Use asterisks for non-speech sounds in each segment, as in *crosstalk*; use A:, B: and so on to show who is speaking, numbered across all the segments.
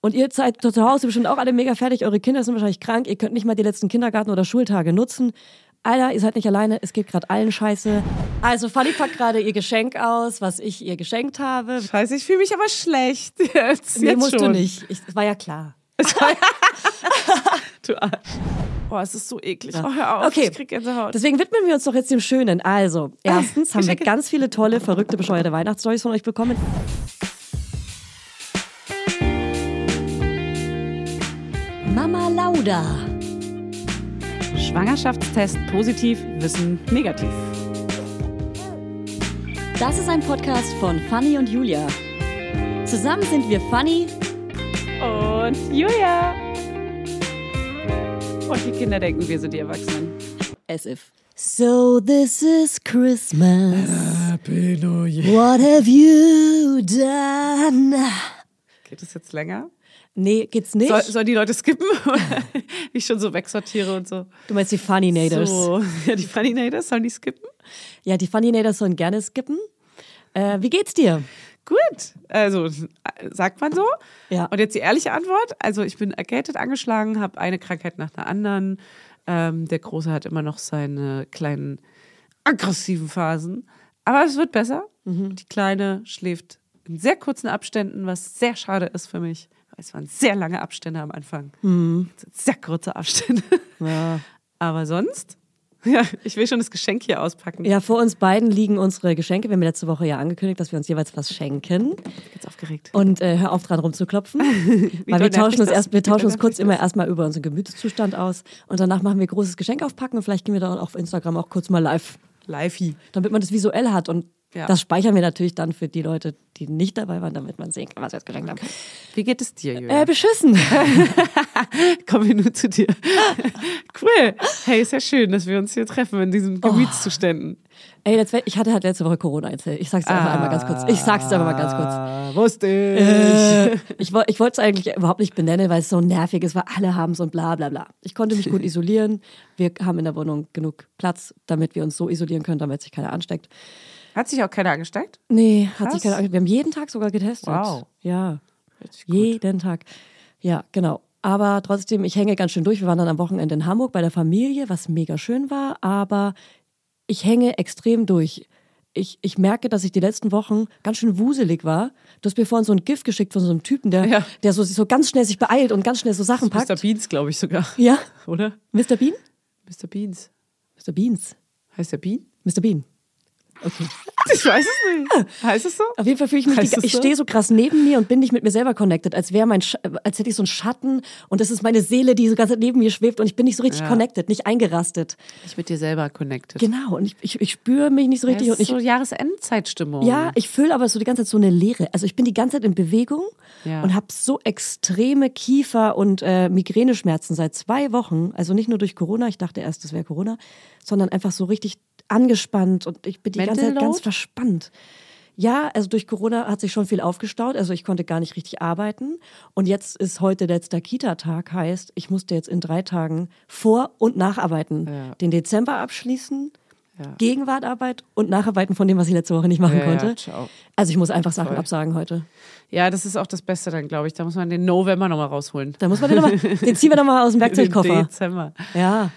A: Und ihr seid zu Hause bestimmt auch alle mega fertig. Eure Kinder sind wahrscheinlich krank. Ihr könnt nicht mal die letzten Kindergarten- oder Schultage nutzen. Alter, ihr seid nicht alleine. Es geht gerade allen scheiße. Also, Fanny packt gerade ihr Geschenk aus, was ich ihr geschenkt habe.
B: Scheiße, ich fühle mich aber schlecht. *laughs* Jetzt,
A: Nee,
B: jetzt
A: musst
B: schon.
A: du nicht. Ich, das war ja klar.
B: Du Arsch. Oh, es ist so eklig. Oh, hör auf.
A: Okay.
B: Ich krieg Gänsehaut. Äh,
A: Deswegen widmen wir uns doch jetzt dem Schönen. Also, erstens haben wir
B: Geschenke.
A: ganz viele tolle, verrückte, bescheuerte Weihnachtsstories von euch bekommen. Mama Lauda.
B: Schwangerschaftstest positiv, Wissen negativ.
A: Das ist ein Podcast von Fanny und Julia. Zusammen sind wir Fanny.
B: Und Julia. Und die Kinder denken, wir sind die Erwachsenen.
A: As if. So this is Christmas.
B: Happy New Year.
A: What have you done?
B: Geht das jetzt länger?
A: Nee, geht's nicht.
B: Soll, sollen die Leute skippen? *laughs* Wie ich schon so wegsortiere und so.
A: du meinst die Funny Naders.
B: So. *laughs* Ja, die Funny Naders, sollen die skippen?
A: Ja, die Funny Naders sollen gerne skippen. Äh, wie geht's dir?
B: Gut. Also, äh, sagt man so.
A: Ja.
B: Und jetzt die ehrliche Antwort. Also, ich bin erkältet angeschlagen, habe eine Krankheit nach der anderen. Ähm, der Große hat immer noch seine kleinen aggressiven Phasen. Aber es wird besser.
A: Mhm.
B: Die Kleine schläft in sehr kurzen Abständen, was sehr schade ist für mich. weil Es waren sehr lange Abstände am Anfang. Jetzt sind Sehr kurze Abstände.
A: Mhm. Ja.
B: *laughs* Aber sonst, *laughs* ja, ich will schon das Geschenk hier auspacken.
A: Ja, vor uns beiden liegen unsere Geschenke. Wir haben ja letzte Woche ja angekündigt, dass wir uns jeweils was schenken.
B: Ich bin jetzt aufgeregt.
A: Und äh, hör auf dran
B: *laughs*
A: rumzuklopfen. weil wir
B: nervt
A: tauschen
B: mich
A: uns
B: das?
A: erst, wir
B: Wie doll
A: tauschen uns
B: nervt
A: kurz
B: mich
A: immer erstmal über unseren Gemütszustand aus und danach machen wir großes Geschenk aufpacken und vielleicht gehen wir dann auf Instagram auch kurz mal live,
B: Livey.
A: damit man das visuell hat. Und
B: Ja.
A: das speichern wir natürlich dann für die Leute, die nicht dabei waren, damit man sehen kann, was wir jetzt geschenkt haben.
B: Wie geht es dir, Julia?
A: Äh, beschissen. *laughs*
B: *laughs* kommen wir nur zu dir. cool. Hey, ist ja schön, dass wir uns hier treffen in diesen Gemütszuständen.
A: Ey, letzte, ich hatte halt letzte Woche Corona erzählt. Ich sag's dir einfach einmal ganz kurz. Ich sag's dir einfach mal ganz kurz.
B: Ah, wusste ich.
A: Äh, ich woll- ich wollte es eigentlich überhaupt nicht benennen, weil es so nervig ist, weil alle haben so ein bla bla bla. Ich konnte mich gut isolieren. Wir haben in der Wohnung genug Platz, damit wir uns so isolieren können, damit sich keiner ansteckt.
B: Hat sich auch keiner angesteckt?
A: Nee, hat sich
B: Krass.
A: keiner angesteckt. Wir haben jeden Tag sogar getestet.
B: Wow.
A: Ja,
B: Hört sich gut.
A: jeden Tag. Ja, genau. Aber trotzdem, ich hänge ganz schön durch. Wir waren dann am Wochenende in Hamburg bei der Familie, was mega schön war, aber ich hänge extrem durch. Ich, ich merke, dass ich die letzten Wochen ganz schön wuselig war. Du hast mir vorhin so ein Gift geschickt von so einem Typen, der,
B: Ja.
A: der so, so ganz schnell sich beeilt und ganz schnell so Sachen
B: Mr.
A: packt.
B: Beans, glaube ich sogar.
A: Ja,
B: Oder?
A: Mr. Bean?
B: Mr. Beans.
A: Mr. Beans.
B: Heißt der Bean?
A: Mr. Bean.
B: *laughs* Ich weiß es nicht. *laughs* Heißt es so?
A: Auf jeden Fall fühle ich mich,
B: Heißt
A: die,
B: das
A: ich
B: so?
A: stehe so krass neben mir und bin nicht mit mir selber connected, als wäre mein, Sch als hätte ich so einen Schatten und das ist meine Seele, die so ganz neben mir schwebt und ich bin nicht so richtig
B: Ja.
A: connected, nicht eingerastet.
B: Ich mit dir selber connected.
A: Genau, und ich, ich, ich spüre mich nicht so richtig
B: Das
A: und
B: ist
A: ich,
B: so Jahresendzeitstimmung.
A: ja, ich fühle aber so die ganze Zeit so eine Leere. Also ich bin die ganze Zeit in Bewegung
B: Ja.
A: und habe so extreme Kiefer- und äh, Migräneschmerzen seit zwei Wochen. Also nicht nur durch Corona, ich dachte erst, das wäre Corona, sondern einfach so richtig angespannt und ich bin die ganze
B: Mental
A: Zeit ganz
B: Load?
A: verspannt. Ja, also durch Corona hat sich schon viel aufgestaut. Also ich konnte gar nicht richtig arbeiten. Und jetzt ist heute letzter Kita-Tag, heißt, ich musste jetzt in drei Tagen vor- und nacharbeiten.
B: Ja.
A: Den Dezember abschließen,
B: Ja.
A: Gegenwartarbeit und Nacharbeiten von dem, was ich letzte Woche nicht machen
B: Ja, ja,
A: konnte.
B: ciao.
A: also ich muss einfach Sachen
B: Voll.
A: absagen heute.
B: ja, das ist auch das Beste dann, glaube ich. Da muss man den November nochmal rausholen.
A: Da muss man
B: *laughs*
A: den, noch mal, den ziehen wir nochmal aus dem
B: Den
A: Werkzeugkoffer.
B: Dezember.
A: Ja,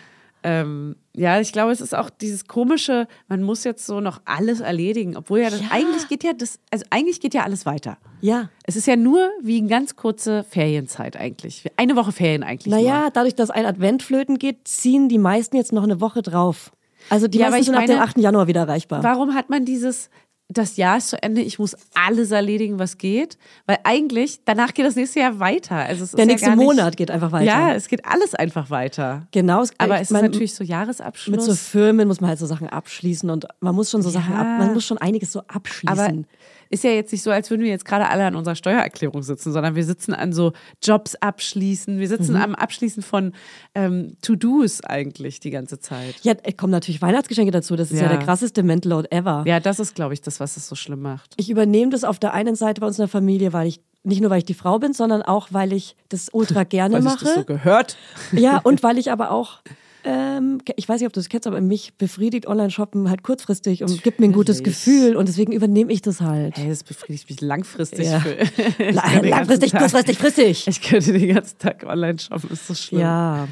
B: Ähm, ja, ich glaube, es ist auch dieses komische, man muss jetzt so noch alles erledigen, obwohl ja, das,
A: Ja.
B: eigentlich geht ja das, also eigentlich geht ja alles weiter.
A: ja.
B: Es ist ja nur wie eine ganz kurze Ferienzeit eigentlich. Eine Woche Ferien eigentlich.
A: Naja, dadurch, dass ein Advent flöten geht, ziehen die meisten jetzt noch eine Woche drauf. Also die
B: Ja, aber
A: meisten
B: ich
A: sind ab
B: meine-
A: dem 8. Januar wieder erreichbar.
B: nur. Warum hat man dieses, das Jahr ist zu Ende, ich muss alles erledigen, was geht? Weil eigentlich, danach geht das nächste Jahr weiter. Also es
A: Der
B: ist
A: nächste
B: ja gar nicht,
A: Monat geht einfach weiter.
B: Ja, es geht alles einfach weiter.
A: Genau, es-
B: Aber
A: ich
B: es ist
A: mein,
B: natürlich so Jahresabschluss.
A: mit so Firmen muss man halt so Sachen abschließen und man muss schon so Sachen ab, man muss schon einiges so
B: Aber
A: abschließen.
B: ist ja jetzt nicht so, als würden wir jetzt gerade alle an unserer Steuererklärung sitzen, sondern wir sitzen an so Jobs abschließen. Wir sitzen am Abschließen von ähm, To-Dos eigentlich die ganze Zeit.
A: ja, äh, kommen natürlich Weihnachtsgeschenke dazu. Das ist ja,
B: Ja.
A: der krasseste Mental Load ever.
B: Ja, das ist, glaube ich, das, was es so schlimm macht.
A: Ich übernehme das auf der einen Seite bei uns in der Familie, weil ich nicht nur weil ich die Frau *laughs* bin, sondern auch weil ich das ultra gerne
B: Weil ich
A: mache.
B: das so gehört.
A: Ja, und weil ich aber auch ähm, ich weiß nicht, ob du es kennst, aber mich befriedigt Online-Shoppen halt kurzfristig und gibt mir ein gutes Gefühl und deswegen übernehme ich das *laughs* halt.
B: Hey, das befriedigt mich langfristig.
A: Ja.
B: Für, *laughs*
A: La-
B: Ich könnte den
A: Langfristig,
B: ganzen Tag-
A: kurzfristig, fristig.
B: Ich könnte den ganzen Tag online shoppen, ist so
A: *laughs*
B: schlimm.
A: Ja.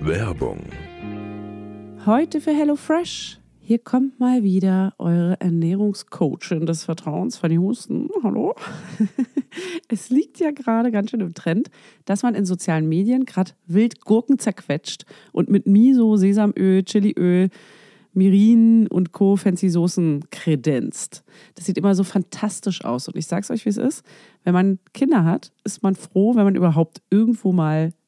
C: Werbung.
B: Heute für HelloFresh. Hier kommt mal wieder eure Ernährungscoachin des Vertrauens, Fanny Husten. Hallo. *laughs* Es liegt ja gerade ganz schön im Trend, dass man in sozialen Medien gerade wild Gurken zerquetscht und mit Miso, Sesamöl, Chiliöl, Mirin und Co. fancy Soßen kredenzt. Das sieht immer so fantastisch aus. Und ich sag's euch, wie es ist. Wenn man Kinder hat, ist man froh, wenn man überhaupt irgendwo mal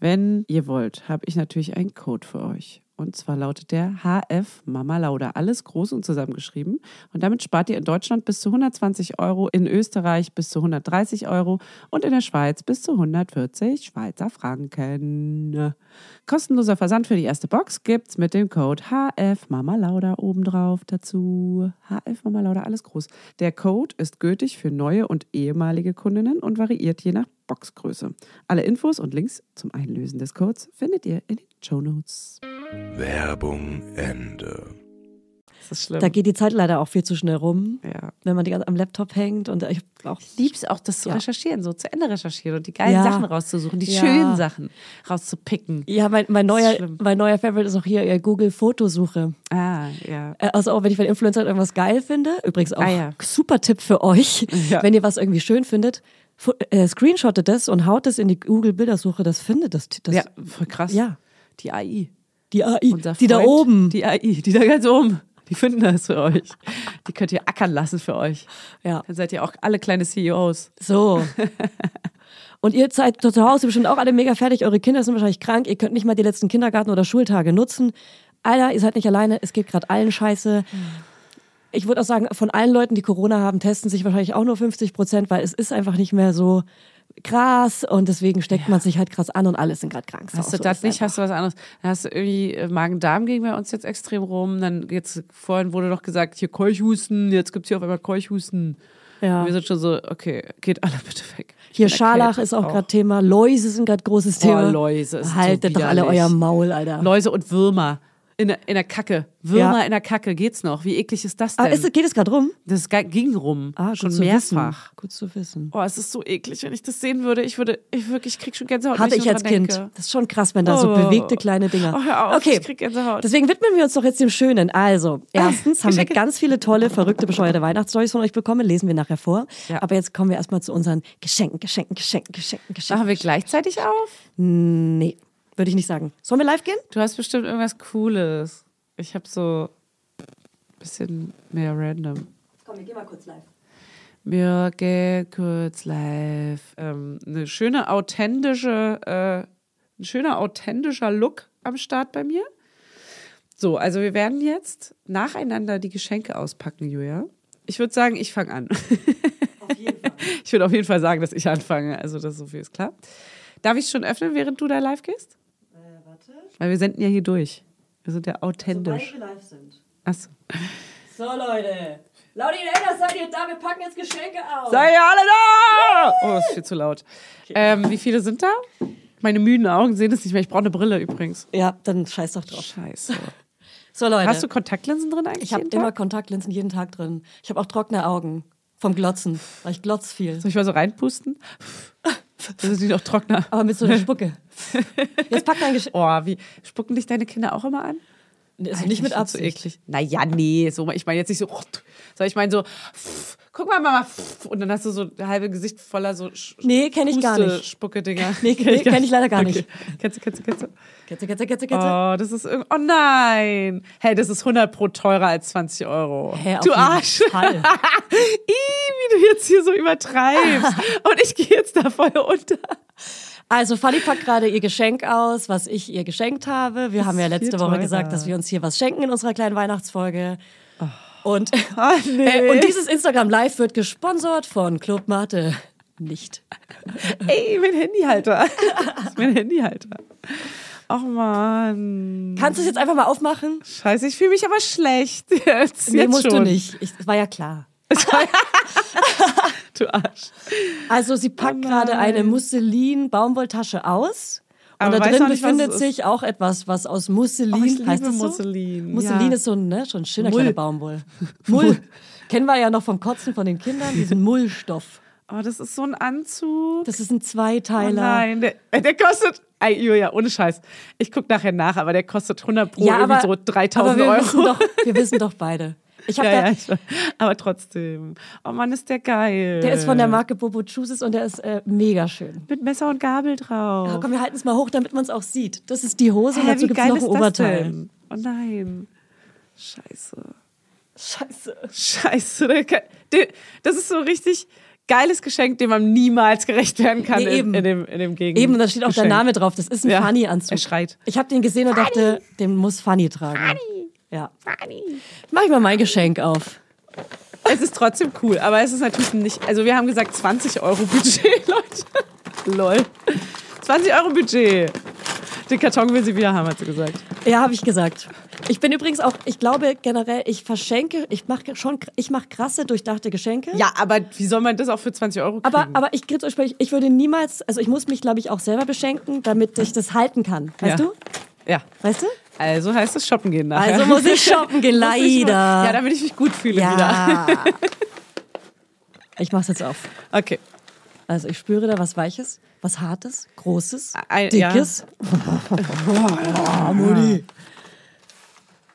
B: wenn ihr wollt, habe ich natürlich einen Code für euch. Und zwar lautet der HF Mama Lauda. Alles groß und zusammengeschrieben. Und damit spart ihr in Deutschland bis zu 120 Euro, in Österreich bis zu 130 Euro und in der Schweiz bis zu 140 Schweizer Franken. Kostenloser Versand für die erste Box gibt's mit dem Code HF Mama Lauda obendrauf dazu. HF Mama Lauda, alles groß. Der Code ist gültig für neue und ehemalige Kundinnen und variiert je nach Boxgröße. Alle Infos und Links zum Einlösen des Codes findet ihr in den Show Notes.
C: Werbung Ende.
B: Das ist schlimm.
A: Da geht die Zeit leider auch viel zu schnell rum,
B: ja.
A: wenn man die ganze am Laptop hängt und ich hab auch
B: Lieb's auch, das zu
A: Ja.
B: recherchieren, so zu Ende recherchieren und die geilen
A: Ja.
B: Sachen rauszusuchen, die
A: Ja.
B: schönen Sachen rauszupicken.
A: ja, mein, mein,
B: Das ist
A: neuer,
B: schlimm.
A: mein neuer Favorite ist auch hier äh, Google-Fotosuche.
B: Ah, ja.
A: Äh, Also auch wenn ich von Influencern irgendwas geil finde, übrigens auch
B: Ah, ja.
A: super Tipp für euch,
B: Ja.
A: wenn ihr was irgendwie schön findet, fo- äh, screenshottet das und haut es in die Google-Bildersuche, das findet das, das
B: ja, voll krass.
A: Ja.
B: Die AI.
A: die AI,
B: Unser
A: die da
B: Freund,
A: oben.
B: Die AI, die da ganz oben. Die finden das für euch. Die könnt ihr ackern lassen für euch.
A: Ja.
B: Dann seid ihr auch alle kleine E CEOs.
A: So. Und ihr seid zu Hause bestimmt auch alle mega fertig. Eure Kinder sind wahrscheinlich krank. Ihr könnt nicht mal die letzten Kindergarten- oder Schultage nutzen. Alter, ihr seid nicht alleine. Es geht gerade allen scheiße. Ich würde auch sagen, von allen Leuten, die Corona haben, testen sich wahrscheinlich auch nur 50 Prozent, weil es ist einfach nicht mehr so krass und deswegen steckt man sich halt krass an und alle sind gerade krank.
B: Hast
A: Auch
B: du
A: so
B: das
A: ist
B: nicht?
A: einfach.
B: Hast du was anderes? Dann hast du irgendwie äh, Magen-Darm ging bei uns jetzt extrem rum. Dann jetzt vorhin wurde doch gesagt, hier Keuchhusten, jetzt gibt es hier auf einmal Keuchhusten.
A: Ja.
B: Wir sind schon so, okay, geht alle bitte weg. Ich
A: Hier
B: bin
A: Scharlach
B: erkältet
A: ist auch gerade Thema. Läuse sind gerade großes Thema.
B: Läuse ist so
A: Haltet doch alle
B: widerlich.
A: euer Maul, Alter.
B: Läuse und Würmer. In der, in der Kacke. Würmer
A: Ja.
B: in der Kacke, geht's noch? Wie eklig ist das denn?
A: Aber Ah, ist, geht es gerade rum?
B: das ge- ging rum.
A: gut
B: Ah, schon
A: zu wissen.
B: mehrfach.
A: Gut zu wissen.
B: Oh, es ist so eklig, wenn ich das sehen würde. Ich würde, ich wirklich, ich krieg schon Gänsehaut.
A: Hatte
B: wenn
A: ich
B: nur
A: als
B: dran
A: Kind.
B: denke.
A: Das ist schon krass, wenn da so
B: Oh.
A: bewegte kleine Dinger.
B: Oh, hör auf,
A: okay.
B: ich krieg Gänsehaut. Äh,
A: Deswegen widmen wir uns doch jetzt dem Schönen. Also, erstens haben wir ganz viele tolle, verrückte, bescheuerte Weihnachtsstories von euch bekommen. Lesen wir nachher vor.
B: Ja.
A: Aber jetzt kommen wir erstmal zu unseren Geschenken, Geschenken, Geschenken, Geschenken, Geschenken.
B: Machen wir gleichzeitig auf?
A: Nee, würde ich nicht sagen. Sollen wir live gehen?
B: Du hast bestimmt irgendwas Cooles. Ich habe so ein bisschen mehr random.
A: Komm, wir gehen mal kurz live.
B: Mir geht kurz live. Ähm, eine schöne authentische, äh, ein schöner authentischer Look am Start bei mir. So, also wir werden jetzt nacheinander die Geschenke auspacken, Julia. Ich würde sagen, ich fange an. *laughs* ich würde auf jeden Fall sagen, dass ich anfange. Also das so viel ist klar. Darf ich schon öffnen, während du da live gehst? Weil wir senden ja hier durch. Wir sind ja authentisch.
A: live sind.
B: Achso.
A: So, Leute. Claudine, das seid ihr da, wir packen jetzt Geschenke aus.
B: Sei ihr alle da! Oh, das ist viel zu laut. Ähm, wie viele sind da? Meine müden Augen sehen es nicht mehr. Ich brauche eine Brille übrigens.
A: ja, dann scheiß doch drauf.
B: Scheiße.
A: So, Leute.
B: Hast du Kontaktlinsen drin eigentlich?
A: Äh, ich habe
B: jeden
A: immer
B: Tag?
A: Kontaktlinsen jeden Tag drin. Ich habe auch trockene Augen. Vom Glotzen, weil ich glotz viel.
B: Soll ich mal
A: *laughs*
B: so reinpusten? Das ist die doch trockener.
A: Aber mit so einer
B: *laughs*
A: Spucke. Oh. Jetzt pack dein Geschenk.
B: Oh, wie spucken dich deine Kinder auch immer an?
A: Also nicht mit
B: Absicht.
A: Absicht.
B: eklig. Naja, nee, so, ich meine jetzt nicht so, sondern ich meine so, guck mal, Mama, und dann hast du so ein halbes Gesicht voller so Sch
A: Nee, kenn ich gar
B: Puste-
A: nicht.
B: Spucke-Dinger.
A: Nee, nee, kenn ich leider gar nicht.
B: Kennst du, kennst du, kennst du?
A: Ketze, Ketze, Ketze, Ketze.
B: Oh, das ist irgendwie, oh nein. Hey, das ist 100 pro teurer als 20 Euro.
A: Hä, auf
B: du
A: jeden
B: Arsch.
A: Fall.
B: *laughs* Ih, wie du jetzt hier
A: *laughs*
B: so übertreibst. und ich gehe jetzt da voll unter.
A: Also Fanny packt gerade ihr Geschenk aus, was ich ihr geschenkt habe. Wir haben ja
B: ist
A: letzte
B: viel
A: Woche
B: teurer.
A: gesagt, dass wir uns hier was schenken in unserer kleinen Weihnachtsfolge. Und,
B: Ah, *laughs* nee.
A: äh, und dieses Instagram Live wird gesponsert von Club Mate. Nicht.
B: Ey, mein Handyhalter. *laughs* Das ist mein Handyhalter. Ach man.
A: Kannst du es jetzt einfach mal aufmachen?
B: Scheiße, ich fühle mich aber schlecht. *laughs* Jetzt,
A: nee,
B: jetzt
A: musst
B: schon.
A: du nicht. Ich, war ja klar.
B: Du Arsch.
A: Also sie packt
B: Oh
A: gerade eine Musselin-Baumwolltasche aus. Und
B: Aber
A: da
B: weiß
A: drin
B: noch nicht, was
A: befindet
B: es ist.
A: sich auch etwas, was aus
B: Oh, ich
A: Musselin
B: liebe
A: heißt. Es so?
B: Musselin,
A: Musselin
B: ja.
A: ist so ein, ne, schon ein schöner
B: Mull.
A: kleiner Baumwoll.
B: *laughs*
A: Mull. Kennen wir ja noch vom Kotzen von den Kindern, diesen Mullstoff.
B: Oh, das ist so ein Anzug.
A: Das ist ein
B: oh
A: Zweiteiler.
B: nein, der, äh, der kostet. Ey, Julia, ohne Scheiß. Ich gucke nachher nach, aber der kostet 100 pro Oh, irgendwie so 3000
A: aber wir
B: Euro.
A: Wissen doch, wir wissen doch beide. Ich hab
B: ja,
A: da,
B: ja, ich weiß. aber trotzdem. Oh Mann, ist der geil.
A: Der ist von der Marke Bobo Chooses und der ist äh, mega schön.
B: Mit Messer und Gabel drauf.
A: Ja, komm, wir halten es mal hoch, damit man es auch sieht. Das ist die Hose und
B: Hä,
A: dazu
B: wie
A: gibt es
B: geil
A: noch ein
B: ist
A: Oberteil.
B: das denn? Oh nein. Scheiße.
A: Scheiße.
B: Scheiße. der kann- der- Das ist so richtig geiles Geschenk, dem man niemals gerecht werden kann
A: Nee, eben.
B: in, in dem, in dem Gegen
A: Eben, und da steht auch
B: Geschenk.
A: der Name drauf. Das ist ein
B: Ja,
A: Fanny-Anzug.
B: er schreit.
A: Ich habe den gesehen und dachte, den muss Fanny tragen. Fanny. Ja. Fanny. Mach ich mal mein Geschenk auf.
B: Es ist trotzdem cool, aber es ist natürlich nicht. Also, wir haben gesagt 20 Euro Budget, *laughs* Leute. Lol. 20 Euro Budget. Den Karton will sie wieder haben, hat sie gesagt.
A: Ja, habe ich gesagt. Ich bin übrigens auch, ich glaube generell, ich verschenke, ich mache schon, ich mache krasse, durchdachte Geschenke.
B: Ja, aber wie soll man das auch für 20 Euro kriegen?
A: Aber, aber ich gebe euch, ich, ich würde niemals, also ich muss mich, glaube ich, auch selber beschenken, damit ich das halten kann. Weißt
B: Ja.
A: du?
B: ja,
A: Weißt du?
B: also heißt es shoppen gehen nachher.
A: Also
B: *laughs*
A: muss ich shoppen gehen,
B: Muss ich mal- Ja,
A: leider.
B: damit ich mich gut fühle wieder. *laughs*
A: ja. *laughs* Ich mach's jetzt auf.
B: Okay.
A: Also ich spüre da was Weiches, was Hartes, Großes,
B: Ein- ja.
A: Dickes. Ja. Moni.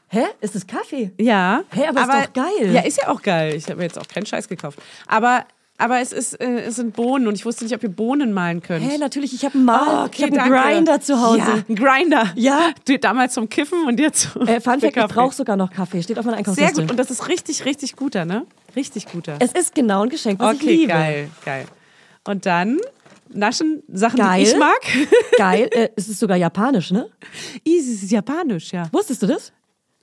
A: Hä? Ist das Kaffee?
B: Ja.
A: Hä, aber ist doch geil.
B: Ja, ist ja auch geil. Ich habe mir jetzt auch keinen Scheiß gekauft. Aber, aber es, ist, äh, es sind Bohnen und ich wusste nicht, ob ihr Bohnen malen könnt.
A: Hä, natürlich, ich habe einen Mal, ich hab einen
B: danke.
A: Grinder zu Hause.
B: Ja, ein Grinder.
A: Ja.
B: Die, damals zum Kiffen und jetzt zum
A: Äh, Fun
B: für
A: Fact, ich
B: Kaffee.
A: brauche sogar noch Kaffee. Steht auf meiner
B: Sehr
A: Einkaufsliste.
B: gut. Und das ist richtig, richtig guter, ne? Richtig guter.
A: es ist genau ein Geschenk, was ich
B: okay,
A: liebe.
B: geil, geil. Und dann naschen Sachen,
A: Geil.
B: die ich mag.
A: *laughs* Geil. Äh, es ist sogar japanisch, ne?
B: Easy, es ist japanisch, ja.
A: Wusstest du das?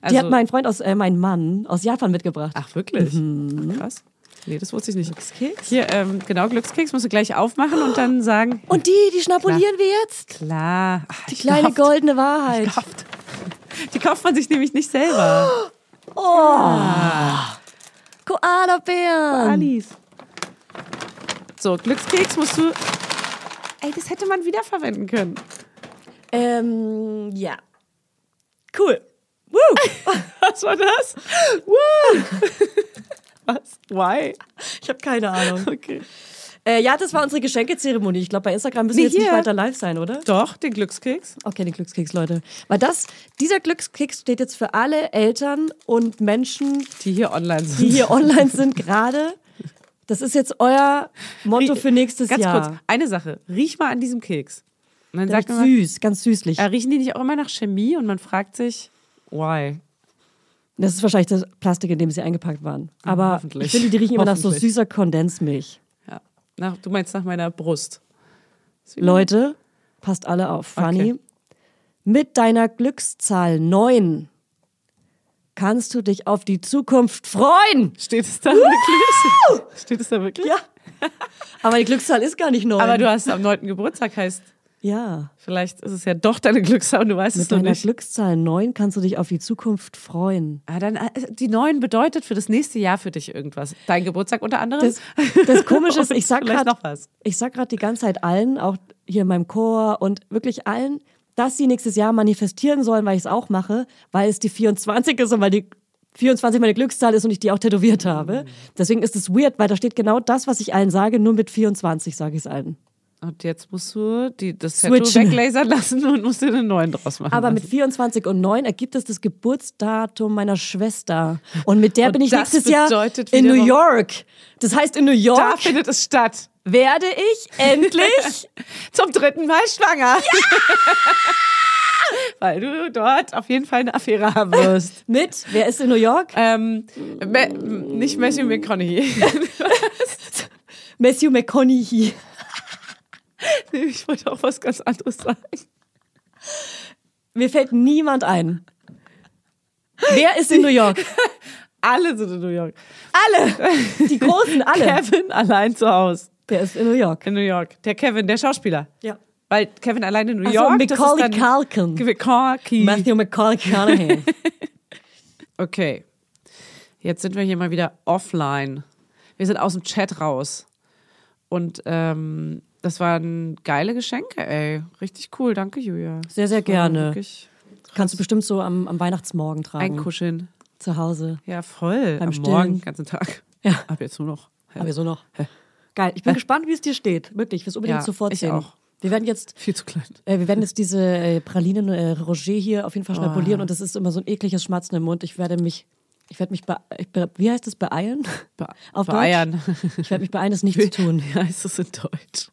B: Also-
A: Die hat mein Freund aus, äh, mein Mann aus Japan mitgebracht.
B: Ach, wirklich? Krass. Nee, das wusste ich nicht.
A: Mhm. Glückskeks?
B: Hier, ähm, genau, Glückskeks musst du gleich aufmachen und dann sagen,
A: Und die, die schnabulieren wir jetzt.
B: klar. Ach,
A: Die
B: ich
A: kleine
B: hoffe,
A: goldene Wahrheit.
B: Kraft. Die kauft man sich nämlich nicht selber.
A: Koala-Bären.
B: Alice. So, Glückskeks musst du. Ey, das hätte man wiederverwenden können. *laughs*
A: Ähm, ja. Cool.
B: *laughs*
A: Woo.
B: Was war das? Woo! *laughs* Was? Why?
A: Ich habe keine Ahnung.
B: Okay.
A: Äh, ja, das war unsere Geschenkezeremonie. Ich glaube, bei Instagram müssen wir
B: Nee,
A: jetzt nicht
B: hier.
A: weiter live sein, oder?
B: Doch, den Glückskeks.
A: Okay, den Glückskeks, Leute. Weil das, dieser Glückskeks steht jetzt für alle Eltern und Menschen,
B: Die hier online sind.
A: die hier
B: *laughs*
A: online sind gerade. Das ist jetzt euer Motto für nächstes
B: Ganz
A: Jahr.
B: kurz, eine Sache. Riech mal an diesem Keks. Und dann
A: Der
B: sagt
A: riecht
B: man,
A: süß, ganz süßlich.
B: äh, riechen die nicht auch immer nach Chemie? Und man fragt sich, why?
A: Das ist wahrscheinlich das Plastik, in dem sie eingepackt waren. Aber
B: hoffentlich.
A: ich finde, die riechen immer nach so
B: Hoffentlich.
A: süßer Kondensmilch.
B: Ja. Nach, du meinst nach meiner Brust.
A: Mhm. Leute, passt alle auf. Fanny,
B: Okay.
A: mit deiner Glückszahl 9 kannst du dich auf die Zukunft freuen.
B: Steht es da wirklich? Steht es da wirklich?
A: Ja. *laughs* Aber die Glückszahl ist gar nicht 9.
B: Aber du hast am 9. Geburtstag, heißt
A: Ja.
B: Vielleicht ist es ja doch deine Glückszahl und du weißt es
A: Mit
B: noch
A: deiner
B: nicht.
A: Glückszahl 9 kannst du dich auf die Zukunft freuen.
B: Ah, dann, äh, die neun bedeutet für das nächste Jahr für dich irgendwas. Dein Geburtstag unter anderem.
A: Das, das Komische ist,
B: *laughs* Und
A: ich sag
B: vielleicht
A: grad-
B: noch was.
A: ich sag gerade die ganze Zeit allen, auch hier in meinem Chor und wirklich allen, dass sie nächstes Jahr manifestieren sollen, weil ich es auch mache, weil es die 24 ist und weil die 24 meine Glückszahl ist und ich die auch tätowiert habe. Deswegen ist es weird, weil da steht genau das, was ich allen sage, nur mit 24 sage ich es allen.
B: Und jetzt musst du die, das Tattoo
A: Switchen.
B: weglasern lassen und musst dir einen neuen draus machen.
A: Aber
B: lassen.
A: mit 24 und 9 ergibt es das Geburtsdatum meiner Schwester. Und mit der
B: Und
A: bin ich
B: das
A: nächstes Jahr
B: bedeutet
A: in New
B: wiederum-
A: York. Das heißt, in New York
B: da findet es statt.
A: werde ich
B: *laughs*
A: endlich
B: Zum dritten Mal schwanger. *laughs* Weil du dort auf jeden Fall eine Affäre haben
A: *laughs*
B: wirst.
A: mit, wer ist in New York?
B: ähm, Me nicht Matthew McConaughey.
A: Matthew McConaughey.
B: Nee, *laughs* ich wollte auch was ganz anderes sagen.
A: Mir fällt niemand ein. Wer ist in New York?
B: Alle sind in New York.
A: Alle! Die Großen, alle.
B: Kevin allein zu Hause
A: Wer ist in New York?
B: in New York. Der Kevin, der Schauspieler.
A: Ja.
B: Weil Kevin allein in New
A: Ach so,
B: York.
A: Macaulay Culkin.
B: Macaulay
A: Matthew McConaughey.
B: Okay. Jetzt sind wir hier mal wieder offline. Wir sind aus dem Chat raus. Und ähm, das waren geile Geschenke, ey. Richtig cool. Danke, Julia.
A: Sehr, sehr
B: Das war
A: gerne.
B: Wirklich
A: Kannst du bestimmt so am, am Weihnachtsmorgen tragen.
B: einkuscheln.
A: Zu Hause.
B: Ja, voll.
A: Beim
B: Am
A: Stillen.
B: Morgen, den ganzen Tag.
A: Ja.
B: Ab jetzt nur noch.
A: Aber so noch. Geil. Ich bin gespannt, wie es dir steht. Wirklich. Ich will es unbedingt
B: Ja,
A: sofort
B: ich
A: sehen.
B: auch.
A: Wir werden jetzt.
B: Viel zu klein.
A: Äh, wir werden jetzt diese äh, Pralinen äh, Roger hier auf jeden
B: Ah.
A: Fall schnabulieren und das ist immer so ein ekliges Schmatzen im Mund. Ich werde mich, ich werde mich, be ich be wie heißt das, beeilen?
B: Be
A: *laughs* auf
B: beeiern.
A: Deutsch? Ich werde mich beeilen, es nicht
B: *laughs*
A: zu tun.
B: Wie heißt es in Deutsch?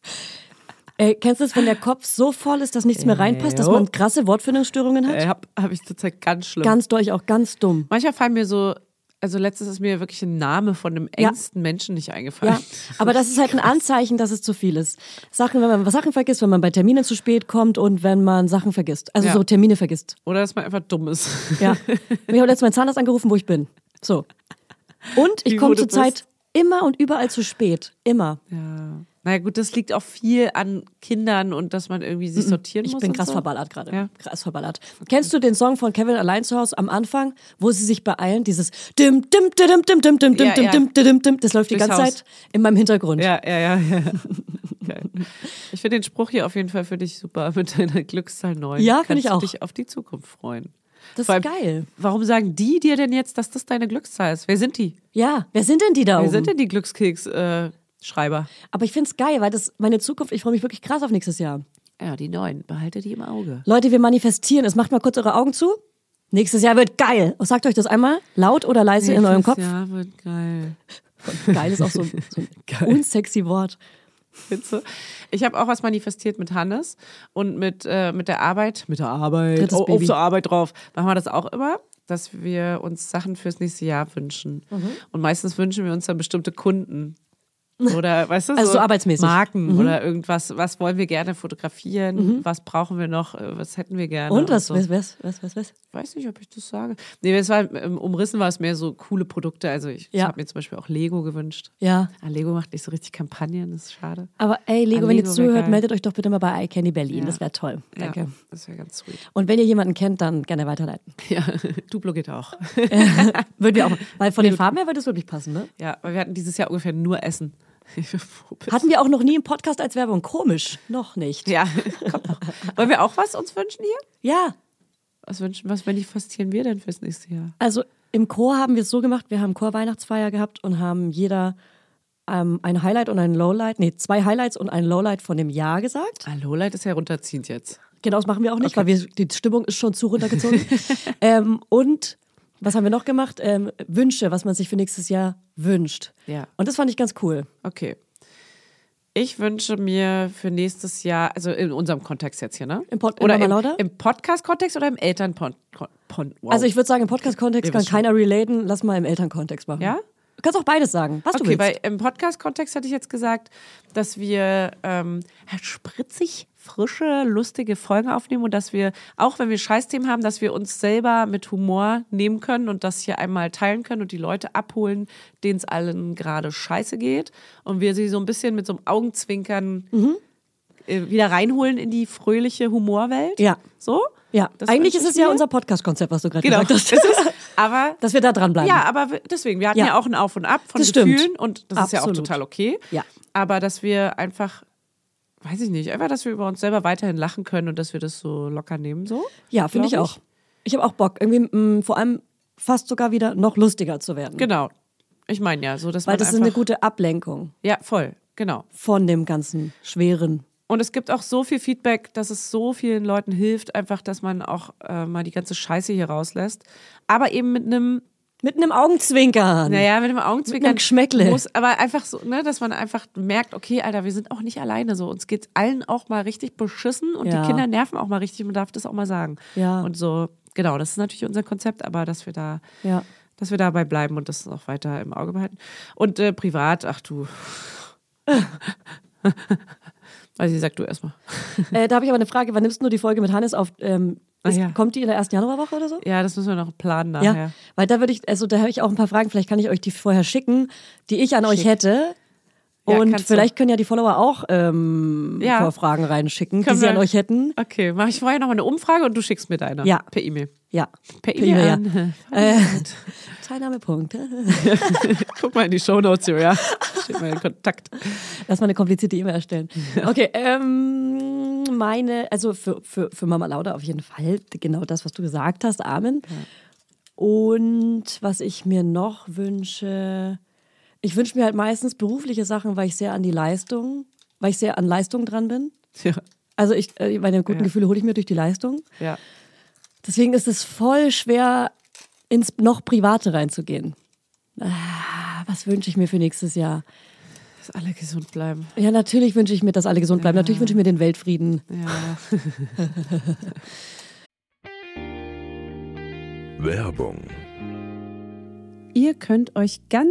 A: Äh, kennst du das, wenn der Kopf so voll ist, dass nichts mehr reinpasst, dass
B: jo.
A: man krasse Wortfindungsstörungen hat?
B: Äh, Habe hab ich zurzeit ganz schlimm.
A: Ganz durch, auch ganz dumm.
B: Manchmal fallen mir so, also letztens ist mir wirklich ein Name von einem
A: Ja.
B: engsten Menschen nicht eingefallen. *laughs*
A: Ja, aber das ist halt ein Anzeichen, dass es zu viel ist. Sachen, wenn man was Sachen vergisst, wenn man bei Terminen zu spät kommt und wenn man Sachen vergisst. Also
B: Ja.
A: so Termine vergisst.
B: Oder dass man einfach dumm ist. *laughs*
A: Ja. Mich hat letztens mein Zahnarzt angerufen, wo ich bin. So. Und ich
B: Wie
A: komme
B: gut du
A: zurzeit immer und überall zu spät. Immer.
B: Ja. Naja, gut, das liegt auch viel an Kindern und dass man irgendwie sich sortieren
A: Ich
B: muss.
A: bin
B: und
A: krass
B: so.
A: verballert gerade.
B: Ja.
A: Krass verballert. Kennst du den Song von Kevin allein zu Hause am Anfang, wo sie sich beeilen? Dieses dim dim dim dim dim dim dim
B: Ja,
A: dim
B: ja.
A: dim dim dim dim. Das läuft die
B: Durchs
A: ganze
B: Haus.
A: Zeit in meinem Hintergrund.
B: Ja, ja, ja. ja. *laughs* Geil. Ich finde den Spruch hier auf jeden Fall für dich super *laughs* mit deiner Glückszahl 9.
A: Ja,
B: Kannst
A: finde ich auch.
B: du dich auf die Zukunft freuen.
A: Das ist
B: Vor allem,
A: geil.
B: Warum sagen die dir denn jetzt, dass das deine Glückszahl ist? Wer sind die?
A: Ja, wer sind denn die da
B: Wer
A: oben?
B: sind denn die Glückskeks-Schreiber?
A: Aber ich find's geil, weil das meine Zukunft, ich freue mich wirklich krass auf nächstes Jahr.
B: ja, die Neun. Behalte die im Auge.
A: Leute, wir manifestieren. Es macht mal kurz eure Augen zu. Nächstes Jahr wird geil. Und sagt euch das einmal laut oder leise in eurem Kopf.
B: Ja, wird geil.
A: Geil ist auch so, *laughs* so ein unsexy Wort.
B: Spitze. Ich habe auch was manifestiert mit Hannes und mit, äh, mit der Arbeit. Mit der Arbeit.
A: Drittes
B: Oh, auf
A: Baby.
B: zur Arbeit drauf. Machen wir das auch immer, dass wir uns Sachen fürs nächste Jahr wünschen.
A: Mhm.
B: Und meistens wünschen wir uns dann bestimmte Kunden.
A: *laughs*
B: Oder, weißt du,
A: Also so arbeitsmäßig. Mhm.
B: Marken oder irgendwas. Was wollen wir gerne fotografieren? Was brauchen wir noch? Äh, Was hätten wir gerne?
A: Und was,
B: so.
A: was, was, was, was, was?
B: weiß nicht, ob ich das sage. Nee, es war, im Umrissen war es mehr so coole Produkte. Also ich, ich
A: Ja.
B: habe mir zum Beispiel auch Lego gewünscht.
A: Ja.
B: Ah, Lego macht nicht so richtig Kampagnen, das ist schade.
A: Aber ey, Lego,
B: An
A: wenn ihr
B: Lego wär
A: zuhört,
B: geil.
A: meldet euch doch bitte mal bei iCandy Berlin.
B: Ja.
A: Das wäre toll. Danke.
B: Ja, das wäre ganz
A: *laughs*
B: sweet.
A: Und wenn ihr jemanden kennt, dann gerne *laughs* weiterleiten.
B: Ja, Duplo geht *laughs* auch.
A: Würden wir auch. Weil von den Farben her würde es wirklich passen, ne?
B: Ja, weil wir hatten dieses Jahr ungefähr nur Essen. *laughs* Wo bist
A: Hatten wir auch noch nie im Podcast als Werbung. Komisch. Noch nicht.
B: du? ja, *laughs* komm noch. Wollen wir auch was uns wünschen hier?
A: Ja.
B: Was wünschen, was manifestieren wir denn fürs nächste Jahr?
A: Also im Chor haben wir es so gemacht, wir haben Chor-Weihnachtsfeier gehabt und haben jeder ähm, ein Highlight und ein Lowlight, nee, zwei Highlights und ein Lowlight von dem Jahr gesagt.
B: Hallo, Leute, ist ja runterziehend jetzt.
A: Genau, das machen wir auch nicht, weil wir, die Stimmung ist schon zu
B: *laughs*
A: runtergezogen. ähm, und was haben wir noch gemacht? Ähm, Wünsche, was man sich für nächstes Jahr wünscht.
B: Ja.
A: Und das fand ich ganz cool.
B: Okay. Ich wünsche mir für nächstes Jahr, also in unserem Kontext jetzt hier, ne?
A: Im Pod-
B: oder
A: in Mama
B: im,
A: Lauda?
B: im Podcast-Kontext oder im Eltern-Kontext? Wow.
A: Also ich würde sagen, im Podcast-Kontext
B: Ihr
A: kann
B: wisst schon.
A: keiner relaten, lass mal im Elternkontext machen.
B: Ja?
A: Du kannst auch beides sagen, was du
B: Okay,
A: willst.
B: weil im Podcast-Kontext hatte ich jetzt gesagt, dass wir ähm, spritzig, frische, lustige Folgen aufnehmen und dass wir, auch wenn wir Scheißthemen haben, dass wir uns selber mit Humor nehmen können und das hier einmal teilen können und die Leute abholen, denen es
A: Mhm.
B: allen gerade scheiße geht und wir sie so ein bisschen mit so einem Augenzwinkern äh, wieder reinholen in die fröhliche Humorwelt.
A: Ja.
B: So?
A: Ja,
B: Das
A: eigentlich
B: wünsche
A: ist
B: ich
A: es ja
B: mir.
A: unser Podcast-Konzept, was du gerade
B: Genau.
A: gesagt hast.
B: *laughs* Es ist, aber
A: dass wir da dranbleiben.
B: Ja, aber w- deswegen, wir hatten
A: Ja.
B: ja, auch ein Auf und Ab von
A: Das stimmt.
B: Gefühlen und das ist ja auch
A: Absolut.
B: total okay.
A: Ja.
B: Aber dass wir einfach, weiß ich nicht, einfach, dass wir über uns selber weiterhin lachen können und dass wir das so locker nehmen, so.
A: ja
B: glaub
A: finde ich auch. Ich habe auch Bock, irgendwie mh, vor allem fast sogar wieder noch lustiger zu werden.
B: Genau. Ich meine ja, so dass
A: Weil
B: man
A: das ist
B: einfach,
A: eine gute Ablenkung
B: Ja, voll, genau.
A: von dem ganzen Schweren.
B: Und es gibt auch so viel Feedback, dass es so vielen Leuten hilft, einfach, dass man auch äh, mal die ganze Scheiße hier rauslässt. Aber eben mit einem
A: Mit einem Augenzwinkern.
B: Naja, mit einem
A: Mit
B: Augenzwinkern.
A: einem Geschmäckle.
B: Muss, aber einfach so, ne, dass man einfach merkt, okay, Alter, wir sind auch nicht alleine so. Uns geht's allen auch mal richtig beschissen und
A: Ja.
B: die Kinder nerven auch mal richtig. Man darf das auch mal sagen.
A: Ja.
B: Und so, genau, das ist natürlich unser Konzept, aber dass wir da,
A: Ja.
B: dass wir dabei bleiben und das auch weiter im Auge behalten. Und äh, privat,
A: *laughs*
B: ach du. Also, sie sagt du erstmal.
A: Äh, da habe ich aber eine Frage, wann nimmst du die Folge mit Hannes auf? Ähm,
B: Ah,
A: ist,
B: ja.
A: Kommt die in der ersten Januarwoche oder so?
B: Ja, das müssen wir noch planen nachher.
A: weil da würde ich, also da habe ich auch ein paar Fragen, vielleicht kann ich euch die vorher schicken, die ich an euch hätte.
B: Ja,
A: Und
B: kannst du.
A: vielleicht können ja die Follower auch ähm,
B: Ja.
A: Vorfragen reinschicken, die
B: Können
A: sie an
B: wir-
A: euch hätten.
B: Okay, mache ich vorher nochmal eine Umfrage und du schickst mir deine.
A: Ja.
B: Per E-Mail.
A: Ja. E
B: Per E-Mail.
A: ja. Äh,
B: an.
A: Teilnahmepunkt.
B: Guck mal in die Shownotes hier, ja. Steht mein Kontakt.
A: Lass mal eine komplizierte E-Mail erstellen. Okay, ähm, meine, also für, für, für Mama Lauda auf jeden Fall genau das, was du gesagt hast. Amen. Und was ich mir noch wünsche, ich wünsche mir halt meistens berufliche Sachen, weil ich sehr an die Leistung, weil ich sehr an Leistung dran bin.
B: Ja.
A: Also ich, äh, meine guten
B: Ja.
A: Gefühle hole ich mir durch die Leistung.
B: ja.
A: Deswegen ist es voll schwer, ins noch Private reinzugehen. Ah, was wünsche ich mir für nächstes Jahr?
B: Dass alle gesund bleiben.
A: Ja, natürlich wünsche ich mir, dass alle gesund bleiben. Natürlich wünsche ich mir den Weltfrieden.
B: Ja.
C: Werbung.
B: Ihr könnt euch ganz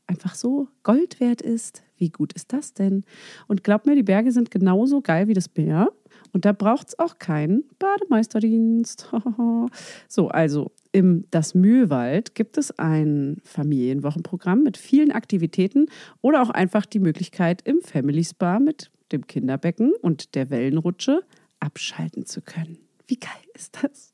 B: einfach so Gold wert ist. Wie gut ist das denn? Und glaubt mir, die Berge sind genauso geil wie das Meer. Und da braucht es auch keinen Bademeisterdienst. *laughs* so, also im Das Mühlwald gibt es ein Familienwochenprogramm mit vielen Aktivitäten oder auch einfach die Möglichkeit, im Family Spa mit dem Kinderbecken und der Wellenrutsche abschalten zu können. Wie geil ist das?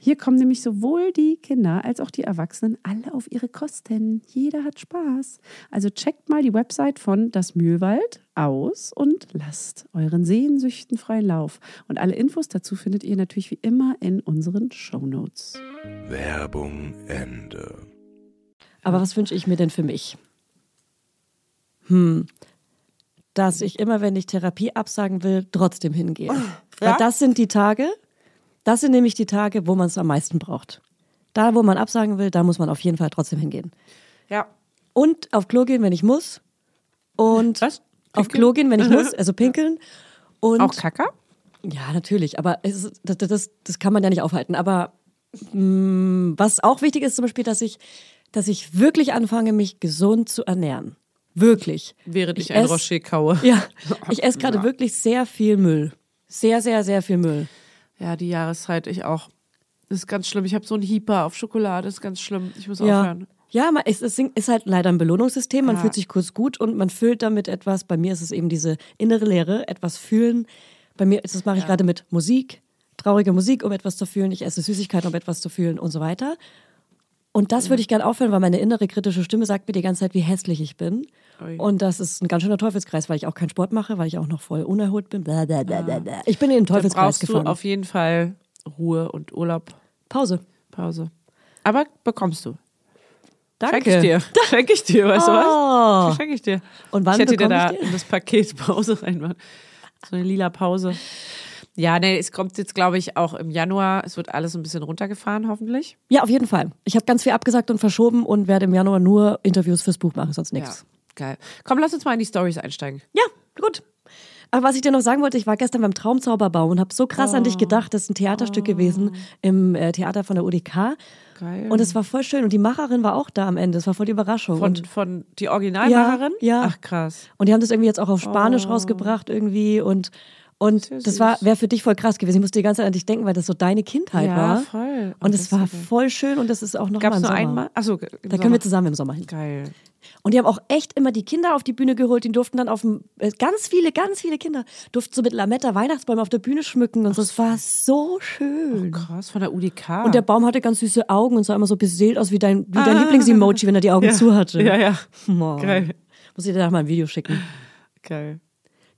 B: Hier kommen nämlich sowohl die Kinder als auch die Erwachsenen alle auf ihre Kosten. Jeder hat Spaß. Also checkt mal die Website von Das Mühlwald aus und lasst euren Sehnsüchten freien Lauf. Und alle Infos dazu findet ihr natürlich wie immer in unseren Shownotes.
C: Werbung Ende.
A: Aber was wünsche ich mir denn für mich? Hm. Dass ich immer, wenn ich Therapie absagen will, trotzdem hingehe.
B: Ah,
A: Weil das sind die Tage, das sind nämlich die Tage, wo man es am meisten braucht. Da, wo man absagen will, da muss man auf jeden Fall trotzdem hingehen.
B: Ja.
A: Und auf Klo gehen, wenn ich muss. Und
B: Was?
A: auf Klo gehen, wenn ich
B: *laughs*
A: muss, also pinkeln. Und
B: Auch Kacker?
A: ja, natürlich, aber es ist, mm, das, das, das kann man ja nicht aufhalten. Aber mh, was auch wichtig ist, zum Beispiel, dass ich dass ich wirklich anfange, mich gesund zu ernähren. Wirklich.
D: Während ich,
A: Ich
D: ein
A: ess-
D: Rocher kaue. *laughs*
A: Ja, ich esse gerade wirklich sehr viel Müll. Sehr, sehr, sehr viel Müll.
D: Ja, die Jahreszeit, ich auch. Das ist ganz schlimm. Ich habe so einen Hieper auf Schokolade, das ist ganz schlimm. Ich muss
A: Ja.
D: aufhören.
A: Ja, man, es, es ist halt leider ein Belohnungssystem. Man
D: Ja.
A: fühlt sich kurz gut und man füllt damit etwas. Bei mir ist es eben diese innere Leere, etwas fühlen. Bei mir ist das mache ich gerade mit Musik, traurige Musik, um etwas zu fühlen. Ich esse Süßigkeiten, um etwas zu fühlen und so weiter. Und
D: Mhm.
A: das würde ich gerne aufhören, weil meine innere kritische Stimme sagt mir die ganze Zeit, wie hässlich ich bin.
D: Ui.
A: Und das ist ein ganz schöner Teufelskreis, weil ich auch keinen Sport mache, weil ich auch noch voll unerholt bin. Bla, bla, bla, bla, bla. Ich bin in den
D: Da
A: Teufelskreis
D: brauchst du
A: gefangen.
D: auf jeden Fall Ruhe und Urlaub,
A: Pause.
D: Pause. Aber bekommst du.
A: Danke.
D: Schenke ich dir.
A: *laughs*
D: Schenke ich dir, weißt du
A: Oh.
D: was? Schenke ich dir.
A: Und wann
D: ich hätte dir
A: bekomme
D: da
A: ich die?
D: in das Paket *laughs* Pause reinmachen. So eine lila Pause. Ja, nee, es kommt jetzt, glaube ich, auch im Januar. Es wird alles ein bisschen runtergefahren, hoffentlich.
A: Ja, auf jeden Fall. Ich habe ganz viel abgesagt und verschoben und werde im Januar nur Interviews fürs Buch machen, sonst
D: Ja,
A: nichts.
D: geil. Komm, lass uns mal in die Stories einsteigen.
A: Ja. gut. Aber was ich dir noch sagen wollte, ich war gestern beim Traumzauberbaum und habe so krass an dich
D: Oh.
A: gedacht. Das ist ein Theaterstück gewesen im äh, Theater von der UDK.
D: Geil.
A: Und es war voll schön. Und die Macherin war auch da am Ende. Es war voll die Überraschung.
D: Von,
A: und,
D: von die Originalmacherin?
A: Ja, ja.
D: Ach, krass.
A: und die haben das irgendwie jetzt auch auf Spanisch rausgebracht irgendwie. Und, und
D: Sehr
A: das war
D: süß.
A: wäre für dich voll krass gewesen. Ich musste die ganze Zeit an dich denken, weil das so deine Kindheit
D: Ja,
A: war.
D: voll. Oh,
A: Und
D: das
A: es
D: ist ja
A: war
D: geil.
A: voll schön und das ist auch noch
D: Gab
A: mal
D: es
A: im
D: nur
A: Sommer.
D: einmal? Achso,
A: Da können wir zusammen im Sommer hin.
D: Geil.
A: Und die haben auch echt immer die Kinder auf die Bühne geholt. Die durften dann auf dem, äh, ganz viele, ganz viele Kinder durften so mit Lametta Weihnachtsbäume auf der Bühne schmücken und so. Es war so schön.
D: Krass, von der UDK.
A: Und der Baum hatte ganz süße Augen und sah immer so beseelt aus wie dein, wie dein Lieblings-Emoji, wenn er die Augen zu hatte.
D: Ah. *laughs* Ja, ja.
A: Mann.
D: Geil.
A: Muss ich dir da mal ein Video schicken.
D: Geil.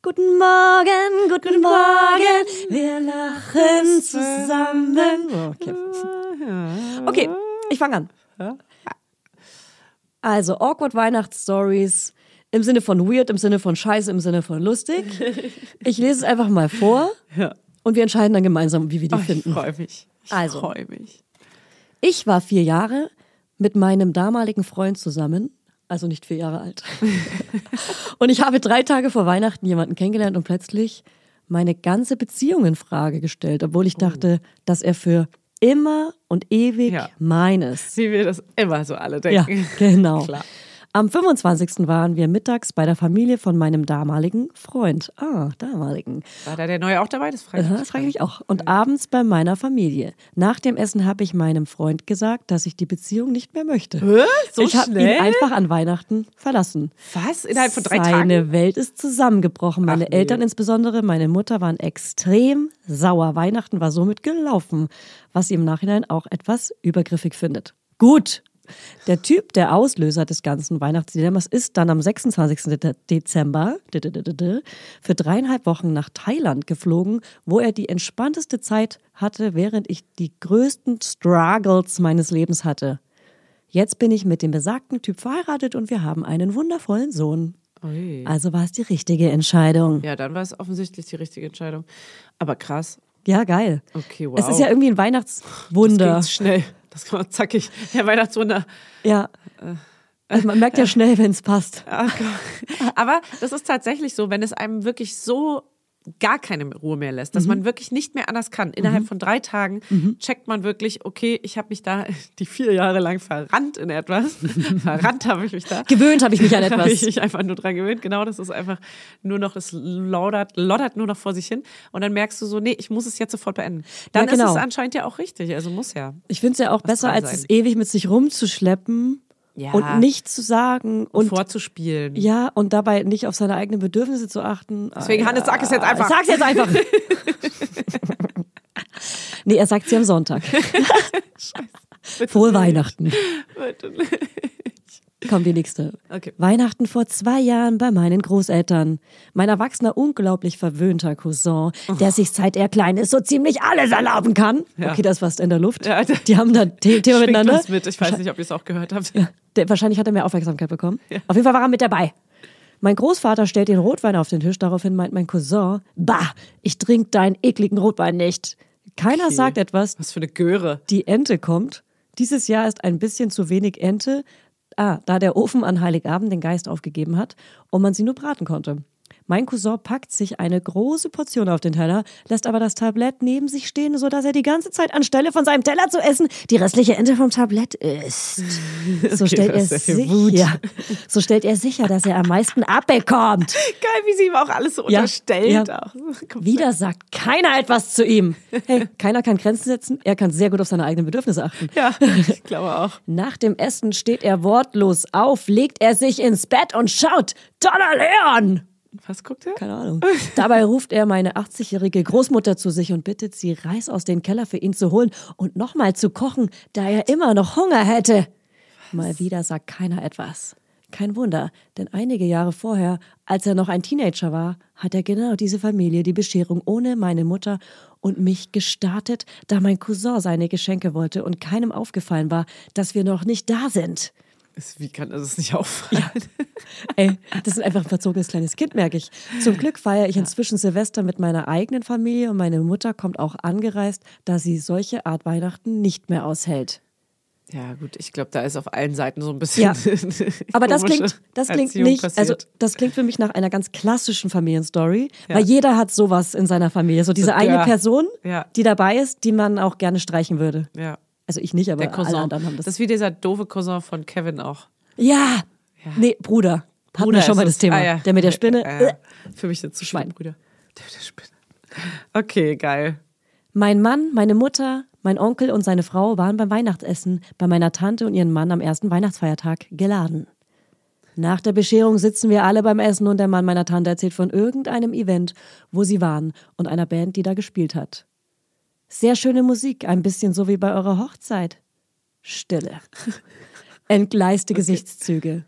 A: Guten Morgen, guten, Morgen, wir lachen zusammen. Oh, Okay, okay ich fange an. Also, awkward Weihnachtsstories im Sinne von weird, im Sinne von scheiße, im Sinne von lustig. Ich lese es einfach mal vor
D: Ja.
A: und wir entscheiden dann gemeinsam, wie wir die
D: Oh, ich
A: finden.
D: freue mich. Ich
A: Also.
D: freue mich.
A: Ich war vier Jahre mit meinem damaligen Freund zusammen, also nicht vier Jahre
D: *laughs*
A: alt. und ich habe drei Tage vor Weihnachten jemanden kennengelernt und plötzlich meine ganze Beziehung in Frage gestellt, obwohl
D: Oh.
A: ich dachte, dass er für immer und ewig
D: Ja.
A: mein ist.
D: *laughs* Wie wir das immer so alle
A: Ja,
D: denken.
A: genau.
D: Klar.
A: Am 25. waren wir mittags bei der Familie von meinem damaligen Freund. Ah, damaligen.
D: War da der Neue auch dabei? Das frage ich
A: Aha,
D: mich.
A: das frage ich mich auch. Und abends bei meiner Familie. Nach dem Essen habe ich meinem Freund gesagt, dass ich die Beziehung nicht mehr möchte.
D: So
A: ich habe ihn
D: schnell?
A: einfach an Weihnachten verlassen.
D: Was? Innerhalb von drei
A: Seine
D: Tagen?
A: Welt ist zusammengebrochen. Meine
D: Ach, nee.
A: Eltern insbesondere, meine Mutter waren extrem sauer. Weihnachten war somit gelaufen, was sie im Nachhinein auch etwas übergriffig findet. Gut. Der Typ, der Auslöser des ganzen Weihnachtsdilemmas, ist dann am 26. De- Dezember d- d- d- d- d- für dreieinhalb Wochen nach Thailand geflogen, wo er die entspannteste Zeit hatte, während ich die größten Struggles meines Lebens hatte. Jetzt bin ich mit dem besagten Typ verheiratet und wir haben einen wundervollen Sohn.
D: Ui.
A: Also war es die richtige Entscheidung.
D: Ja, dann war es offensichtlich die richtige Entscheidung. Aber krass.
A: Ja, geil.
D: Okay, wow.
A: Es ist ja irgendwie ein Weihnachtswunder.
D: Das ging schnell. Das kann man zackig. Der Weihnachtswunder.
A: ja.
D: Äh.
A: Also man merkt ja schnell, wenn es passt.
D: Ah, Gott. *laughs* Aber das ist tatsächlich so, wenn es einem wirklich so gar keine Ruhe mehr lässt,
A: Mhm.
D: dass man wirklich nicht mehr anders kann. Innerhalb von drei Tagen checkt man wirklich, okay, ich habe mich da *laughs* die vier Jahre lang verrannt
A: *laughs*
D: in etwas. verrannt habe ich mich da.
A: Gewöhnt habe ich
D: *laughs*
A: mich an
D: Da habe ich
A: etwas.
D: mich einfach nur dran gewöhnt. Genau, das ist einfach nur noch, es loddert, loddert nur noch vor sich hin. Und dann merkst du so, nee, ich muss es jetzt sofort beenden. Dann
A: Ja, genau.
D: ist es anscheinend ja auch richtig. Also muss ja.
A: Ich finde es ja auch besser,
D: dran
A: als
D: sein.
A: es ewig mit sich rumzuschleppen
D: Ja.
A: und nichts zu sagen und
D: vorzuspielen. *laughs*
A: ja und dabei nicht auf seine eigenen Bedürfnisse zu achten. Ah,
D: Deswegen, Hannes, sag es jetzt einfach.
A: Sag's jetzt einfach.
D: *laughs*
A: nee, er sagt sie am
D: *laughs*
A: Sonntag. *laughs* Frohe Weihnachten.
D: *laughs*
A: Komm, die nächste.
D: Okay.
A: Weihnachten vor zwei Jahren bei meinen Großeltern. Mein erwachsener, unglaublich verwöhnter Cousin, der sich seit er klein ist so ziemlich alles erlauben kann.
D: Oh. Ja.
A: Okay, das war's in der Luft.
D: Ja, da-
A: Die haben da ein The Thema
D: Schwingt
A: miteinander.
D: uns mit. Ich weiß nicht, ob ihr es auch gehört habt.
A: Der, wahrscheinlich hat er mehr Aufmerksamkeit bekommen. Auf jeden Fall war er mit dabei. Mein Großvater stellt den Rotwein auf den Tisch. Daraufhin meint mein Cousin, bah, ich trink deinen ekligen Rotwein nicht. Keiner
D: Okay.
A: sagt etwas.
D: Was für eine Göre.
A: Die Ente kommt. Dieses Jahr ist ein bisschen zu wenig Ente. Ah, da der Ofen an Heiligabend den Geist aufgegeben hat und man sie nur braten konnte. Mein Cousin packt sich eine große Portion auf den Teller, lässt aber das Tablett neben sich stehen, sodass er die ganze Zeit anstelle von seinem Teller zu essen die restliche Ente vom Tablett
D: *laughs*
A: isst. So, stellt, er
D: das ist ja viel Wut.
A: sicher, *laughs* so stellt er sicher, dass er am meisten abbekommt.
D: Geil, wie sie ihm auch alles so
A: Ja,
D: unterstellt.
A: ja.
D: Auch. *laughs*
A: Wieder sagt keiner etwas zu ihm. Hey, keiner kann Grenzen setzen, er kann sehr gut auf seine eigenen Bedürfnisse achten. *laughs*
D: Ja, ich glaube auch.
A: Nach dem Essen steht er wortlos auf, legt er sich ins Bett und schaut Donnerleon!
D: Was guckt er?
A: Keine Ahnung. Dabei ruft er meine 80-jährige Großmutter zu sich und bittet sie, Reis aus dem Keller für ihn zu holen und nochmal zu kochen, da er immer noch Hunger hätte. Mal wieder sagt keiner etwas. Kein Wunder, denn einige Jahre vorher, als er noch ein Teenager war, hat er genau diese Familie die Bescherung ohne meine Mutter und mich gestartet, da mein Cousin seine Geschenke wollte und keinem aufgefallen war, dass wir noch nicht da sind.
D: Ist- Wie kann das nicht auffallen?
A: Ey, das ist einfach ein verzogenes kleines Kind, merke ich. Zum Glück feiere ich inzwischen Silvester mit meiner eigenen Familie und meine Mutter kommt auch angereist, da sie solche Art Weihnachten nicht mehr aushält.
D: *laughs* Ja, gut, ich glaube, da ist auf allen Seiten so ein bisschen. *laughs*
A: Ja.
D: eine
A: Aber das
D: komische
A: klingt, das klingt
D: Erziehung
A: nicht, also
D: passiert.
A: das klingt für mich nach einer ganz klassischen Familienstory,
D: Ja.
A: weil jeder hat sowas in seiner Familie. So diese
D: So
A: eine
D: der-
A: Person,
D: Ja.
A: die dabei ist, die man auch gerne streichen würde.
D: ja.
A: Also ich nicht, aber
D: Der
A: alle
D: Cousin.
A: anderen haben
D: das
A: das.
D: ist wie dieser doofe Cousin von Kevin auch.
A: ja. nee, Bruder. Hatten wir schon
D: ist
A: mal das
D: es.
A: Thema.
D: Ah, ja.
A: Der mit der Spinne.
D: Ja, ja. Für mich sind es zu
A: Schwein.
D: Schwein. Brüder. Der mit der Spinne. Okay, geil.
A: Mein Mann, meine Mutter, mein Onkel und seine Frau waren beim Weihnachtsessen bei meiner Tante und ihrem Mann am ersten Weihnachtsfeiertag geladen. Nach der Bescherung sitzen wir alle beim Essen und der Mann meiner Tante erzählt von irgendeinem Event, wo sie waren und einer Band, die da gespielt hat. Sehr schöne Musik, ein bisschen so wie bei eurer Hochzeit. Stille. *laughs* Entgleiste Gesichtszüge.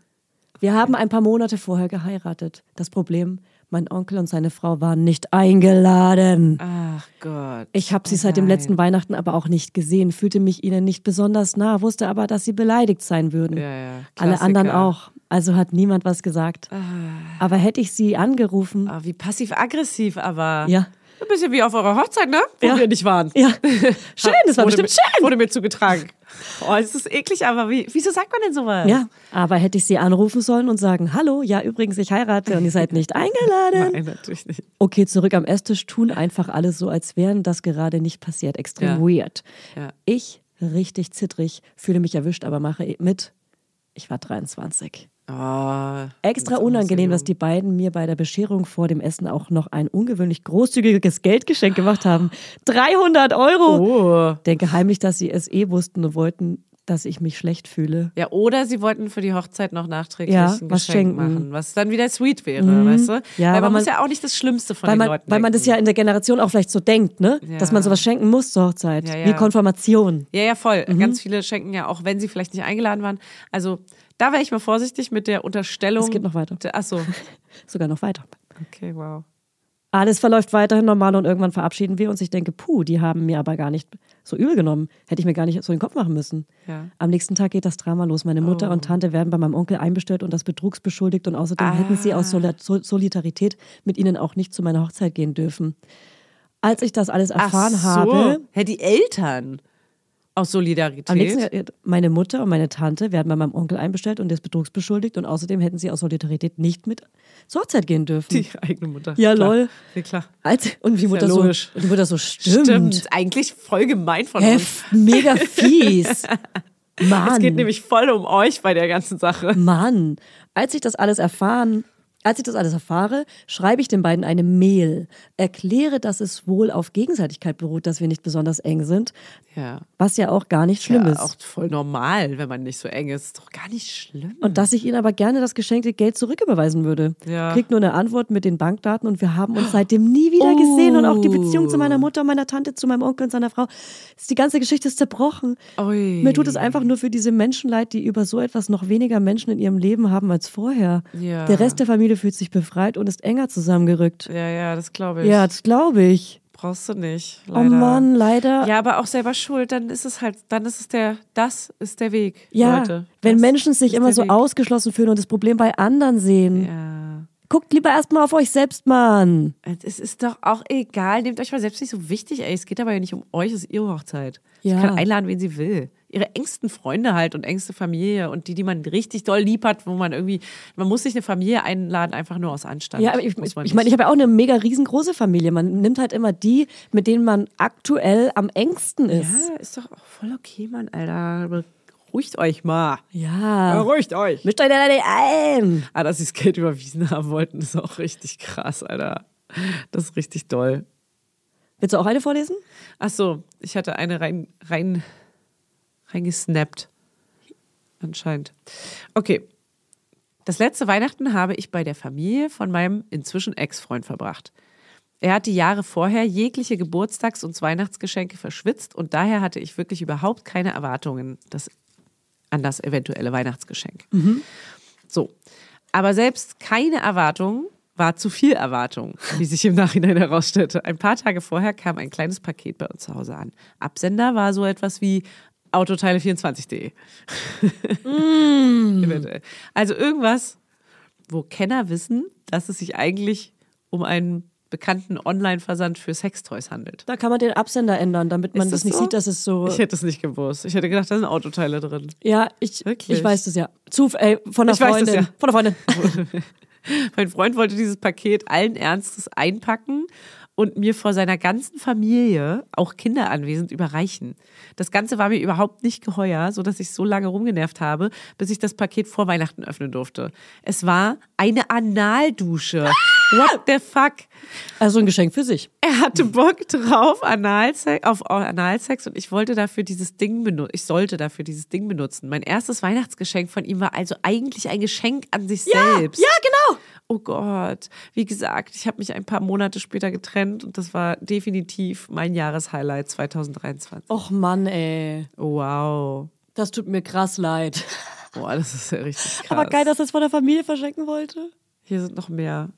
A: Wir haben ein paar Monate vorher geheiratet. Das Problem, mein Onkel und seine Frau waren nicht eingeladen.
D: Ach Gott.
A: Ich habe sie seit dem
D: Nein.
A: letzten Weihnachten aber auch nicht gesehen, fühlte mich ihnen nicht besonders nah, wusste aber, dass sie beleidigt sein würden.
D: Ja, ja,
A: Alle
D: Klassiker.
A: anderen auch. Also hat niemand was gesagt. Aber hätte ich sie angerufen,
D: Ah, wie passiv-aggressiv, aber.
A: Ja.
D: Ein bisschen wie auf eurer Hochzeit, ne? Wo
A: Ja.
D: wir nicht waren.
A: ja,
D: *laughs*
A: schön, das war
D: Wurde
A: bestimmt
D: mir,
A: schön.
D: Wurde mir zugetragen. Oh, es ist eklig, aber wie, wieso sagt man denn sowas?
A: Ja, aber hätte ich sie anrufen sollen und sagen, hallo, ja übrigens, ich heirate und ihr
D: *laughs*
A: seid nicht eingeladen.
D: Nein, natürlich nicht.
A: Okay, zurück am Esstisch tun einfach alles so, als wären das gerade nicht passiert. Extrem
D: Ja.
A: weird.
D: Ja.
A: Ich, richtig zittrig, fühle mich erwischt, aber mache mit. Ich war 23.
D: Oh,
A: Extra
D: das ist
A: unangenehm,
D: so
A: dass die beiden mir bei der Bescherung vor dem Essen auch noch ein ungewöhnlich großzügiges Geldgeschenk gemacht haben. 300 Euro!
D: jung. Oh.
A: Denke heimlich, dass sie es eh wussten und wollten, dass ich mich schlecht fühle.
D: Ja, oder sie wollten für die Hochzeit noch nachträglich
A: Ja,
D: ein
A: was
D: Geschenk
A: schenken. Mhm.
D: machen, was dann wieder sweet wäre, weißt du?
A: Ja,
D: weil
A: aber
D: man muss
A: man-
D: ja auch nicht das Schlimmste von
A: Weil
D: den
A: man,
D: Leuten
A: weil man das
D: denken.
A: ja in der Generation auch vielleicht so denkt, ne?
D: Ja.
A: Dass man sowas schenken muss zur Hochzeit.
D: Ja, ja.
A: Wie Konfirmation.
D: Ja, ja, voll.
A: Mhm.
D: Ganz viele schenken ja auch, wenn sie vielleicht nicht eingeladen waren. Also da wäre ich mal vorsichtig mit der Unterstellung.
A: Es geht noch weiter.
D: Der, ach so.
A: Sogar noch weiter.
D: Okay, wow.
A: Alles verläuft weiterhin normal und irgendwann verabschieden wir uns. Ich denke, puh, die haben mir aber gar nicht so übel genommen. Hätte ich mir gar nicht so in den Kopf machen müssen.
D: Ja. Oh.
A: Am nächsten Tag geht das Drama los. Meine Mutter und Tante werden bei meinem Onkel einbestellt und das Betrugs beschuldigt und außerdem hätten sie aus
D: Ah.
A: Soli- Sol Solidarität mit ihnen auch nicht zu meiner Hochzeit gehen dürfen. Als ich das alles erfahren
D: ach so.
A: habe,
D: Hä, die Eltern aus
A: am nächsten
D: Solidarität.
A: Tag, meine Mutter und meine Tante werden bei meinem Onkel einbestellt und des Betrugs beschuldigt und außerdem hätten sie aus Solidarität nicht mit zur Hochzeit gehen dürfen.
D: Die eigene Mutter.
A: Ja,
D: klar.
A: lol.
D: Ja, klar.
A: Als, und die Mutter, so,
D: logisch.
A: und die Mutter so, stimmt.
D: Stimmt. Eigentlich voll gemein von
A: Hä,
D: uns.
A: mega
D: *laughs*
A: fies. Mann.
D: Es geht nämlich voll um euch bei der ganzen Sache.
A: Mann, als ich das alles erfahren, als ich das alles erfahre, schreibe ich den beiden eine Mail, erkläre, dass es wohl auf Gegenseitigkeit beruht, dass wir nicht besonders eng sind,
D: Ja.
A: was ja auch gar nicht schlimm
D: ja,
A: ist.
D: auch voll normal, wenn man nicht so eng ist. Ist doch gar nicht schlimm.
A: Und dass ich ihnen aber gerne das geschenkte Geld zurücküberweisen würde.
D: Ja.
A: Kriegt nur eine Antwort mit den Bankdaten und wir haben uns seitdem nie wieder gesehen und auch die
D: Oh.
A: Beziehung zu meiner Mutter, meiner Tante, zu meinem Onkel und seiner Frau. Ist- Die ganze Geschichte ist zerbrochen.
D: Ui.
A: Mir tut es einfach nur für diese Menschen leid, die über so etwas noch weniger Menschen in ihrem Leben haben als vorher.
D: Ja.
A: Der Rest der Familie fühlt sich befreit und ist enger zusammengerückt.
D: Ja, ja, das glaube ich.
A: Ja, das glaube ich.
D: Brauchst du nicht.
A: Oh
D: Leider.
A: Mann, leider.
D: Ja, aber auch selber schuld, dann ist es halt, dann ist es der, das ist der Weg,
A: Ja,
D: Leute.
A: wenn
D: Das
A: Menschen sich
D: ist
A: immer
D: der
A: so
D: Weg.
A: ausgeschlossen fühlen und das Problem bei anderen sehen.
D: Ja.
A: Guckt lieber erstmal auf euch selbst, Mann.
D: Es ist doch auch egal. Nehmt euch mal selbst nicht so wichtig, ey. Es geht aber ja nicht um euch, es ist ihre Hochzeit.
A: Ja.
D: Sie kann einladen, wen sie will. Ihre engsten Freunde halt und engste Familie und die, die man richtig doll lieb hat, wo man irgendwie, man muss nicht eine Familie einladen, einfach nur aus Anstand.
A: Ja, aber ich,
D: Muss man
A: ich meine, ich
D: nicht.
A: habe ja auch eine mega riesengroße Familie. Man nimmt halt immer die, mit denen man aktuell am engsten ist.
D: Ja, ist doch auch voll okay, Mann, Alter. Beruhigt euch mal.
A: Ja.
D: Beruhigt euch.
A: Mischt euch da nicht ein.
D: Ah, dass sie das Geld überwiesen haben wollten, ist auch richtig krass, Alter. Das ist richtig doll.
A: Willst du auch eine vorlesen?
D: Ach so, ich hatte eine rein, rein, reingesnappt. Anscheinend. Okay. Das letzte Weihnachten habe ich bei der Familie von meinem inzwischen Ex-Freund verbracht. Er hat die Jahre vorher jegliche Geburtstags- und Weihnachtsgeschenke verschwitzt und daher hatte ich wirklich überhaupt keine Erwartungen dass, an das eventuelle Weihnachtsgeschenk. So. Aber selbst keine Erwartung war zu viel Erwartung, wie sich im Nachhinein herausstellte. Ein paar Tage vorher kam ein kleines Paket bei uns zu Hause an. Absender war so etwas wie autoteile24.de. *laughs* Eventuell. Also irgendwas, wo Kenner wissen, dass es sich eigentlich um einen bekannten Online-Versand für Sextoys handelt.
A: Da kann man den Absender ändern, damit man
D: Ist
A: das,
D: das
A: nicht
D: so?
A: sieht, dass es so.
D: Ich hätte es nicht gewusst. Ich hätte gedacht, da sind Autoteile drin.
A: ja, ich,
D: Wirklich?
A: ich weiß das ja. Zu, ey, von der
D: Ich weiß das
A: Freundin.
D: ja.
A: Von der Freundin.
D: *laughs* mein Freund wollte dieses Paket allen Ernstes einpacken und mir vor seiner ganzen Familie, auch Kinder anwesend, überreichen. Das Ganze war mir überhaupt nicht geheuer, sodass ich so lange rumgenervt habe, bis ich das Paket vor Weihnachten öffnen durfte. Es war eine Analdusche.
A: Ah!
D: What the fuck?
A: Also ein Geschenk für sich.
D: Er hatte Bock drauf, Analsex, auf Analsex und ich wollte dafür dieses Ding benutzen. Ich sollte dafür dieses Ding benutzen. Mein erstes Weihnachtsgeschenk von ihm war also eigentlich ein Geschenk an sich selbst.
A: Ja, genau.
D: Oh Gott, wie gesagt, ich habe mich ein paar Monate später getrennt und das war definitiv mein Jahreshighlight 2023.
A: Och Mann, ey.
D: Oh, wow.
A: Das tut mir krass leid.
D: Boah, das ist ja richtig krass.
A: Aber geil, dass er es von der Familie verschenken wollte.
D: Hier sind noch mehr.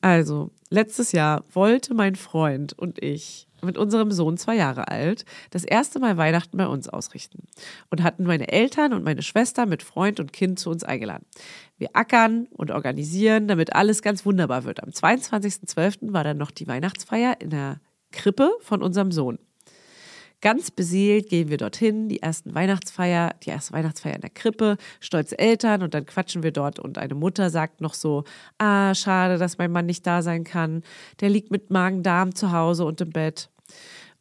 D: Also, letztes Jahr wollte mein Freund und ich mit unserem Sohn zwei Jahre alt das erste Mal Weihnachten bei uns ausrichten und hatten meine Eltern und meine Schwester mit Freund und Kind zu uns eingeladen. Wir ackern und organisieren, damit alles ganz wunderbar wird. Am 22.12. war dann noch die Weihnachtsfeier in der Krippe von unserem Sohn. Ganz beseelt gehen wir dorthin, die ersten Weihnachtsfeier, die erste Weihnachtsfeier in der Krippe, stolze Eltern und dann quatschen wir dort und eine Mutter sagt noch so, ah, schade, dass mein Mann nicht da sein kann, der liegt mit Magen-Darm zu Hause und im Bett.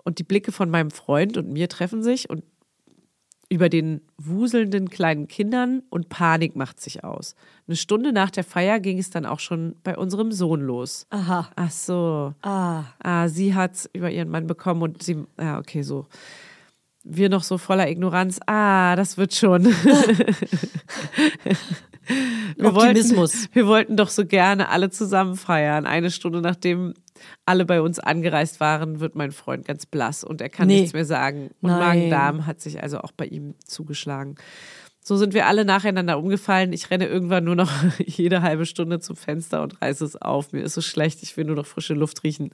D: Und die Blicke von meinem Freund und mir treffen sich und über den wuselnden kleinen Kindern und Panik macht sich aus. Eine Stunde nach der Feier ging es dann auch schon bei unserem Sohn los.
A: Aha.
D: Ach so.
A: Ah.
D: Ah, sie hat es über ihren Mann bekommen und sie, ja, okay, so. Wir noch so voller Ignoranz. Ah, das wird schon. wir
A: Optimismus.
D: Wollten, wir wollten doch so gerne alle zusammen feiern. Eine Stunde nachdem alle bei uns angereist waren, wird mein Freund ganz blass und er kann
A: Nee.
D: nichts mehr sagen. Und
A: Nein.
D: Magen-Darm hat sich also auch bei ihm zugeschlagen. So sind wir alle nacheinander umgefallen. Ich renne irgendwann nur noch *laughs* jede halbe Stunde zum Fenster und reiße es auf. Mir ist so schlecht, ich will nur noch frische Luft riechen.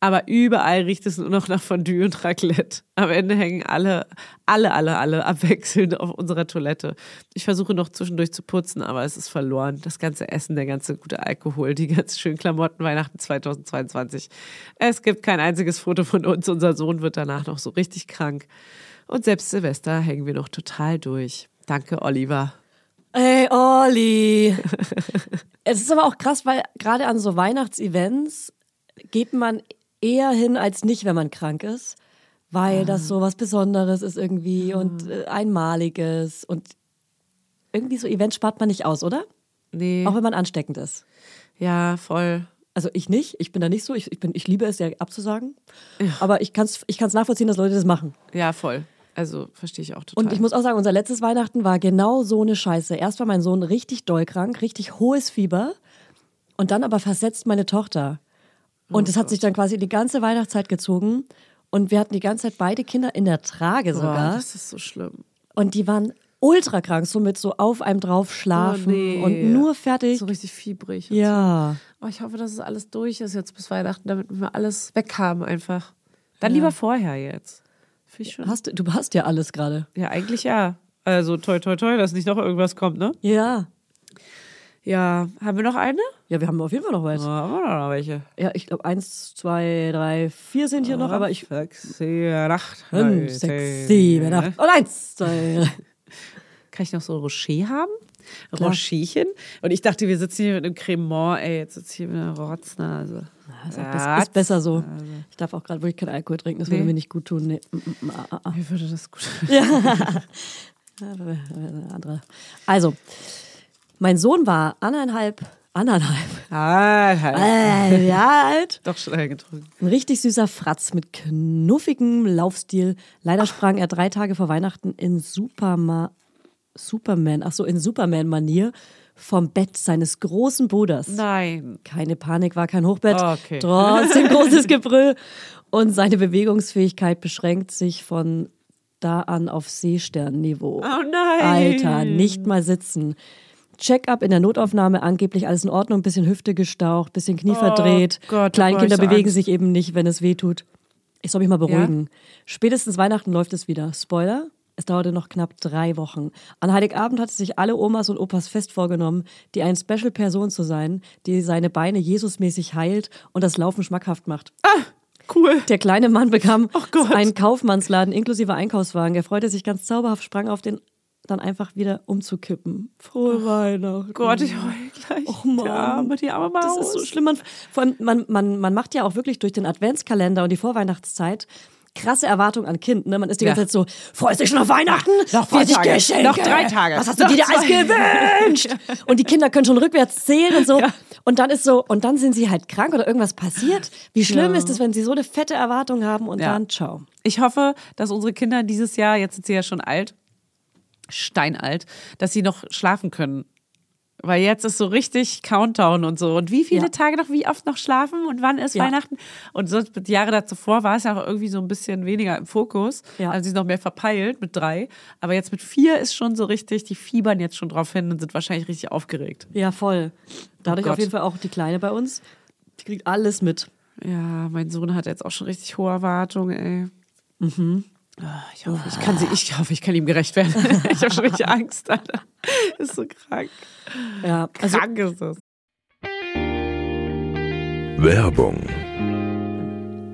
D: Aber überall riecht es nur noch nach Fondue und Raclette. Am Ende hängen alle, alle, alle, alle abwechselnd auf unserer Toilette. Ich versuche noch zwischendurch zu putzen, aber es ist verloren. Das ganze Essen, der ganze gute Alkohol, die ganz schönen Klamotten Weihnachten 2022. Es gibt kein einziges Foto von uns. Unser Sohn wird danach noch so richtig krank. Und selbst Silvester hängen wir noch total durch. Danke, Oliver.
A: Ey, *laughs* Olli. es ist aber auch krass, weil gerade an so Weihnachtsevents geht man eher hin als nicht, wenn man krank ist, weil das so was Besonderes ist irgendwie und äh, einmaliges und irgendwie so Events spart man nicht aus, oder?
D: Nee.
A: Auch wenn man ansteckend ist.
D: Ja, voll.
A: Also ich nicht, ich bin da nicht so, ich, ich, bin, ich liebe es ja abzusagen, aber ich kann es ich kann's nachvollziehen, dass Leute das machen.
D: Ja, voll. Also verstehe ich auch total.
A: Und ich muss auch sagen, unser letztes Weihnachten war genau so eine Scheiße. Erst war mein Sohn richtig doll krank, richtig hohes Fieber und dann aber versetzt meine Tochter. Und das hat sich dann quasi die ganze Weihnachtszeit gezogen und wir hatten die ganze Zeit beide Kinder in der Trage
D: Boah,
A: sogar
D: Oh, das ist so schlimm.
A: und die waren ultra krank, so mit so auf einem drauf schlafen
D: nee.
A: und nur fertig.
D: So richtig fiebrig. und
A: ja,
D: So. Oh, ich hoffe, dass es alles durch ist jetzt bis Weihnachten, damit wir alles weghaben einfach. Dann lieber vorher jetzt. Finde ich schon.
A: hast, du- du hast ja alles gerade.
D: Ja, eigentlich ja. Also toi toi toi, dass nicht noch irgendwas kommt, ne?
A: Ja.
D: Ja, haben wir noch eine?
A: Ja, wir haben auf jeden Fall noch was.
D: haben wir noch welche.
A: Ja, ich glaube, eins, zwei, drei, vier sind hier noch, aber ich.
D: Sechs, sieben, acht, neun,
A: Fünf,
D: zehn.
A: sechs, sieben, acht. Und eins, zwei, *laughs* drei.
D: Kann ich noch so ein Rocher haben? Rocherchen? Und ich dachte, wir sitzen hier mit einem Cremant, ey, jetzt sitzt hier mit einer Rotznase.
A: Ja, Ist, auch besser, Also, ist besser so. Ich darf auch gerade wirklich keinen Alkohol trinken, das würde
D: Nee.
A: mir nicht gut tun. Also. Nee. Mm, mm, mm, ah, ah, ah. *laughs*
D: Mir würde das gut.
A: Äh, äh, *laughs* Andere. Also, mein Sohn war anderthalb, anderthalb,
D: Ah, halt.
A: äh, *laughs* Jahre alt.
D: Doch schnell getrunken.
A: Ein richtig süßer Fratz mit knuffigem Laufstil. Leider sprang er drei Tage vor Weihnachten in Superma Superman, ach so, in Superman-Manier vom Bett seines großen Bruders.
D: Nein.
A: Keine Panik, war kein Hochbett.
D: Ah, okay. *laughs*
A: Trotzdem großes Gebrüll. Und seine Bewegungsfähigkeit beschränkt sich von da an auf Seesternniveau.
D: Oh nein.
A: Alter, nicht mal sitzen. Check-up in der Notaufnahme, angeblich alles in Ordnung, bisschen Hüfte gestaucht, bisschen Knie verdreht.
D: Oh Gott,
A: Kleinkinder
D: da war ich so
A: bewegen
D: Angst.
A: sich eben nicht, wenn es weh tut. Ich soll mich mal beruhigen. Spätestens Weihnachten läuft es wieder. Spoiler, es dauerte noch knapp drei Wochen. An Heiligabend hatten sich alle Omas und Opas fest vorgenommen, die ein Special-Person zu sein, die seine Beine Jesusmäßig heilt und das Laufen schmackhaft macht.
D: Cool.
A: Der kleine Mann bekam
D: Oh Gott.
A: einen Kaufmannsladen inklusive Einkaufswagen. Er freute sich ganz zauberhaft, sprang auf den, dann einfach wieder umzukippen. Frohe Weihnachten.
D: Oh Gott, ich heule gleich.
A: Oh Mann.
D: Die arme, die arme
A: Das
D: Maus.
A: ist so schlimm. Man, vor allem, man, man, man macht ja auch wirklich durch den Adventskalender und die Vorweihnachtszeit krasse Erwartungen an Kind. Ne? Man ist die ganze
D: Ja.
A: Zeit so, freust dich schon auf Weihnachten?
D: Noch zwei
A: 40
D: Tage.
A: Geschenke.
D: Noch drei Tage.
A: Was hast du
D: Noch
A: dir dir alles
D: zwei. *laughs*
A: gewünscht? Und die Kinder können schon rückwärts zählen und so. Und dann ist so, und dann sind sie halt krank oder irgendwas passiert. Wie schlimm ist es, wenn sie so eine fette Erwartung haben und
D: Ja.
A: dann ciao.
D: Ich hoffe, dass unsere Kinder dieses Jahr, jetzt sind sie ja schon alt, steinalt, dass sie noch schlafen können. Weil jetzt ist so richtig Countdown und so. Und wie viele
A: Ja.
D: Tage noch, wie oft noch schlafen und wann ist
A: Ja.
D: Weihnachten? Und sonst die Jahre davor war es ja auch irgendwie so ein bisschen weniger im Fokus.
A: Ja.
D: Also sie ist noch mehr verpeilt mit drei. Aber jetzt mit vier ist schon so richtig, die fiebern jetzt schon drauf hin und sind wahrscheinlich richtig aufgeregt.
A: Ja, voll. Dadurch
D: Oh Gott.
A: auf jeden Fall auch die Kleine bei uns. Die kriegt alles mit.
D: Ja, mein Sohn hat jetzt auch schon richtig hohe Erwartungen, ey. Ah, Ich hoffe, ich kann, sie, ich hoffe, ich kann ihm gerecht werden. *laughs* Ich habe schon richtig Angst, Alter. Ist so krank.
A: Ja, also
D: krank ist das.
C: Werbung.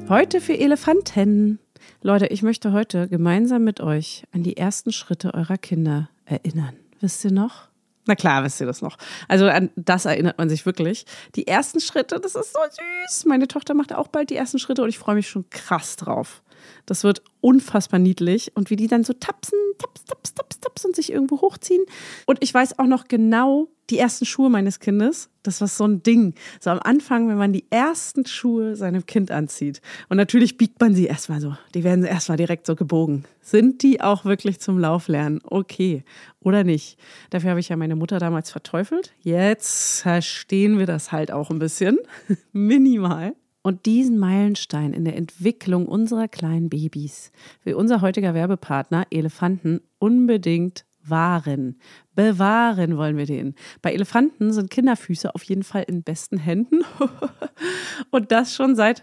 D: Heute für Elefanten. Leute, ich möchte heute gemeinsam mit euch an die ersten Schritte eurer Kinder erinnern. Wisst ihr noch? Na klar, wisst ihr das noch. Also an das erinnert man sich wirklich. Die ersten Schritte, das ist so süß. Meine Tochter macht auch bald die ersten Schritte und ich freue mich schon krass drauf. Das wird unfassbar niedlich und wie die dann so tapsen, taps, taps, taps, taps und sich irgendwo hochziehen. Und ich weiß auch noch genau die ersten Schuhe meines Kindes. Das war so ein Ding. So am Anfang, wenn man die ersten Schuhe seinem Kind anzieht. Und natürlich biegt man sie erstmal so. Die werden erstmal direkt so gebogen. Sind die auch wirklich zum Lauf lernen? Okay. Oder nicht? Dafür habe ich ja meine Mutter damals verteufelt. Jetzt verstehen wir das halt auch ein bisschen. *laughs* Minimal. Und diesen Meilenstein in der Entwicklung unserer kleinen Babys will unser heutiger Werbepartner Elefanten unbedingt wahren. Bewahren wollen wir den. Bei Elefanten sind Kinderfüße auf jeden Fall in besten Händen. *laughs* Und das schon seit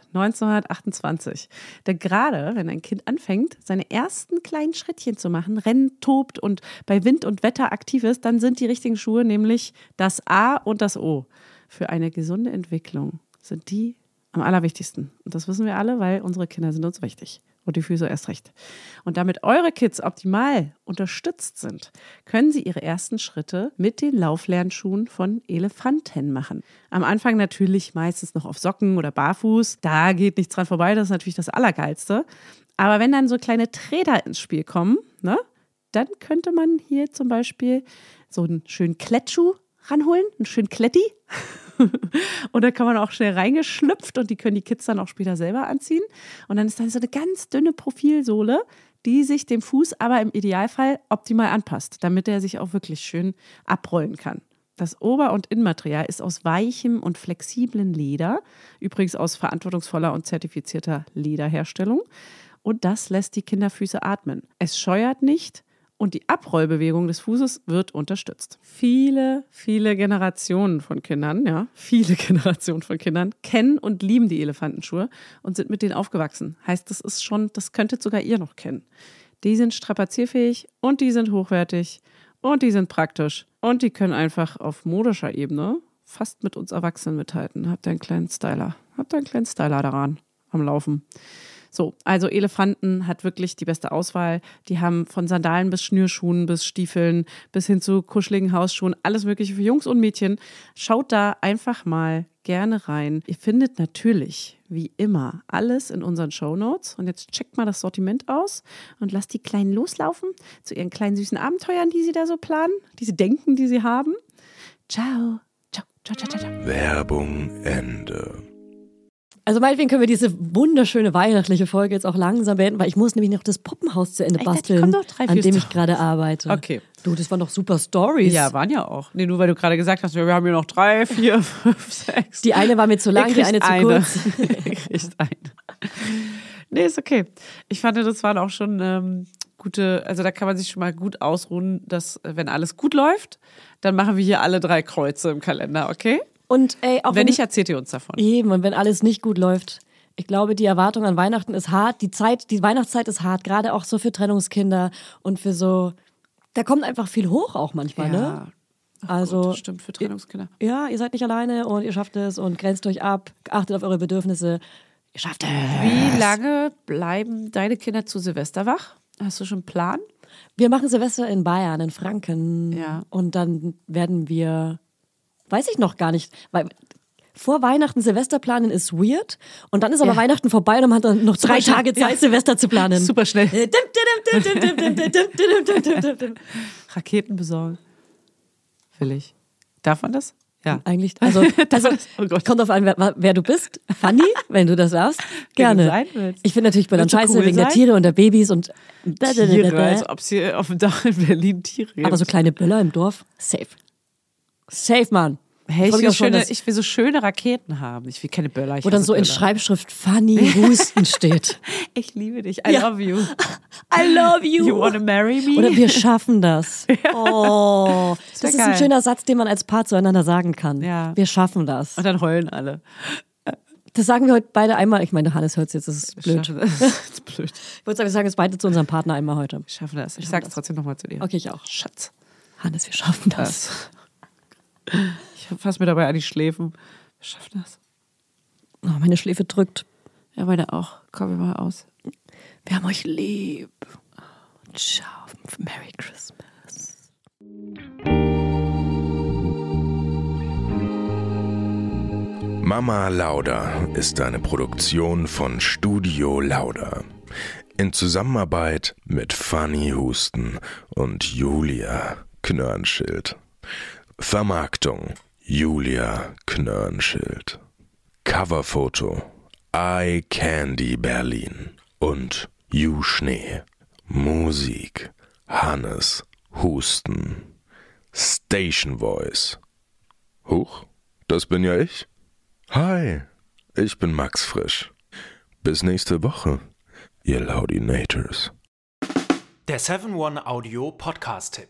D: 1928. Denn gerade, wenn ein Kind anfängt, seine ersten kleinen Schrittchen zu machen, rennt, tobt und bei Wind und Wetter aktiv ist, dann sind die richtigen Schuhe nämlich das A und das O. Für eine gesunde Entwicklung sind die am allerwichtigsten. Und das wissen wir alle, weil unsere Kinder sind uns wichtig. Und die Füße erst recht. Und damit eure Kids optimal unterstützt sind, können sie ihre ersten Schritte mit den Lauflernschuhen von Elefanten machen. Am Anfang natürlich meistens noch auf Socken oder barfuß. Da geht nichts dran vorbei. Das ist natürlich das Allergeilste. Aber wenn dann so kleine Träder ins Spiel kommen, ne, dann könnte man hier zum Beispiel so einen schönen Klettschuh ranholen, einen schönen Kletti. und da kann man auch schnell reingeschlüpft und die können die Kids dann auch später selber anziehen. Und dann ist dann so eine ganz dünne Profilsohle, die sich dem Fuß aber im Idealfall optimal anpasst, damit er sich auch wirklich schön abrollen kann. Das Ober- und Innenmaterial ist aus weichem und flexiblen Leder, übrigens aus verantwortungsvoller und zertifizierter Lederherstellung. Und das lässt die Kinderfüße atmen. Es scheuert nicht und die Abrollbewegung des Fußes wird unterstützt. Viele, viele Generationen von Kindern, ja, viele *laughs* Generationen von Kindern kennen und lieben die Elefantenschuhe und sind mit denen aufgewachsen. Heißt, das ist schon, das könntet sogar ihr noch kennen. Die sind strapazierfähig und die sind hochwertig Und die sind praktisch. Und die können einfach auf modischer Ebene fast mit uns Erwachsenen mithalten. Habt ihr einen kleinen Styler? Habt ihr einen kleinen Styler daran am Laufen? So, also Elefanten hat wirklich die beste Auswahl. Die haben von Sandalen bis Schnürschuhen bis Stiefeln bis hin zu kuscheligen Hausschuhen alles Mögliche für Jungs und Mädchen. Schaut da einfach mal gerne rein. Ihr findet natürlich, wie immer, alles in unseren Shownotes. Und jetzt checkt mal das Sortiment aus und lasst die Kleinen loslaufen zu ihren kleinen süßen Abenteuern, die sie da so planen, diese Denken, die sie haben. Ciao. Ciao, ciao, ciao, ciao. ciao.
C: Werbung, Ende.
A: Also meinetwegen können wir diese wunderschöne weihnachtliche Folge jetzt auch langsam beenden, weil ich muss nämlich noch das Puppenhaus zu Ende
D: Ich dachte,
A: basteln,
D: kommen doch drei,
A: an
D: vier
A: dem ich
D: Stories.
A: gerade arbeite.
D: Okay.
A: Du, das waren doch super Stories.
D: Ja, waren ja auch. Nee, nur weil du gerade gesagt hast, wir haben hier noch
A: *laughs*
D: drei, vier, fünf, sechs.
A: Die eine war mir zu
D: Ihr
A: lang, die
D: kriegt
A: eine zu
D: *laughs*
A: kurz.
D: Ihr kriegt eine. Nee, ist okay. Ich fand, das waren auch schon ähm, gute, also da kann man sich schon mal gut ausruhen, dass äh, wenn alles gut läuft, dann machen wir hier alle drei Kreuze im Kalender, okay?
A: Und ey, auch
D: Wenn nicht, erzählt ihr uns davon.
A: Eben, und wenn alles nicht gut läuft. Ich glaube, die Erwartung an Weihnachten ist hart. Die Zeit, die Weihnachtszeit ist hart, gerade auch so für Trennungskinder und für so. Da kommt einfach viel hoch auch manchmal, ne?
D: Ach
A: Also-
D: Gott, das stimmt für Trennungskinder.
A: Ja, ihr seid nicht alleine und ihr schafft es und grenzt euch ab, achtet auf eure Bedürfnisse. Ihr schafft es.
D: Wie lange bleiben deine Kinder zu Silvester wach? Hast du schon einen Plan?
A: Wir machen Silvester in Bayern, in Franken.
D: Ja.
A: Und dann werden wir, weiß ich noch gar nicht, weil vor Weihnachten Silvester planen ist weird. Und dann ist aber
D: Ja.
A: Weihnachten vorbei und man hat dann noch drei
D: schnell.
A: Tage Zeit, Silvester zu planen.
D: Super schnell.
A: Dim, dim, dim, dim, dim, dim, dim, dim, dim, dim, dim, dim.
D: Raketen besorgen. Will ich. Darf man das? Ja. *laughs*
A: Eigentlich, also,
D: Darf
A: also
D: man das? Oh Gott.
A: kommt auf an, wer, wer du bist. Fanny, wenn du das
D: *laughs*
A: darfst, gerne.
D: sein willst.
A: ich finde natürlich bei dann
D: Willst du
A: scheiße
D: cool
A: wegen der
D: sein?
A: Tiere und der Babys und
D: Tiere, als ob es hier auf dem Dach in Berlin Tiere gibt.
A: ne? aber so kleine Böller im Dorf, safe. Safe, Mann.
D: hey,
A: Freu mich
D: ich, will
A: auch schon,
D: schöne,
A: dass-
D: ich will so schöne Raketen haben. Ich will keine Böller. Ich
A: Wo dann
D: hasse
A: so in
D: Böller.
A: Schreibschrift Fanny Husten
D: *laughs*
A: steht.
D: Ich liebe dich. I
A: Ja.
D: love you.
A: I love
D: You wanna marry me?
A: Oder wir schaffen
D: *laughs*
A: das. Oh, das,
D: wär
A: ist ein
D: geil.
A: schöner Satz, den man als Paar zueinander sagen kann.
D: Ja.
A: Wir schaffen das.
D: Und dann heulen alle. Äh, *laughs*
A: Das sagen wir heute beide einmal. Ich meine, Hannes hört es jetzt, das ist blöd.
D: Schaffen das. das ist *laughs* blöd.
A: Ich würde sagen, wir sagen es beide zu unserem Partner einmal heute.
D: Wir schaffen das. Ich sag's trotzdem nochmal zu dir.
A: Okay, ich auch.
D: Schatz.
A: Hannes, wir schaffen das.
D: Das. *laughs* Ich fass mir dabei an die Schläfen. Wir schaffen das.
A: Oh, meine Schläfe drückt.
D: Ja, meine auch. Komm, wir mal aus.
A: Wir haben euch lieb. Ciao. Merry Christmas.
C: Mama Lauda ist eine Produktion von Studio Lauda. In Zusammenarbeit mit Fanny Husten und Julia Knörnschild. Vermarktung Julia Knörnschild. Coverfoto Eye Candy Berlin und You Schnee. Musik Hannes Husten. Station Voice. Huch, das bin ja ich. Hi, ich bin Max Frisch. Bis nächste Woche, ihr Laudinators.
E: Der 7-One Audio Podcast-Tipp.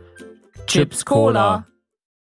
F: Chips Cola.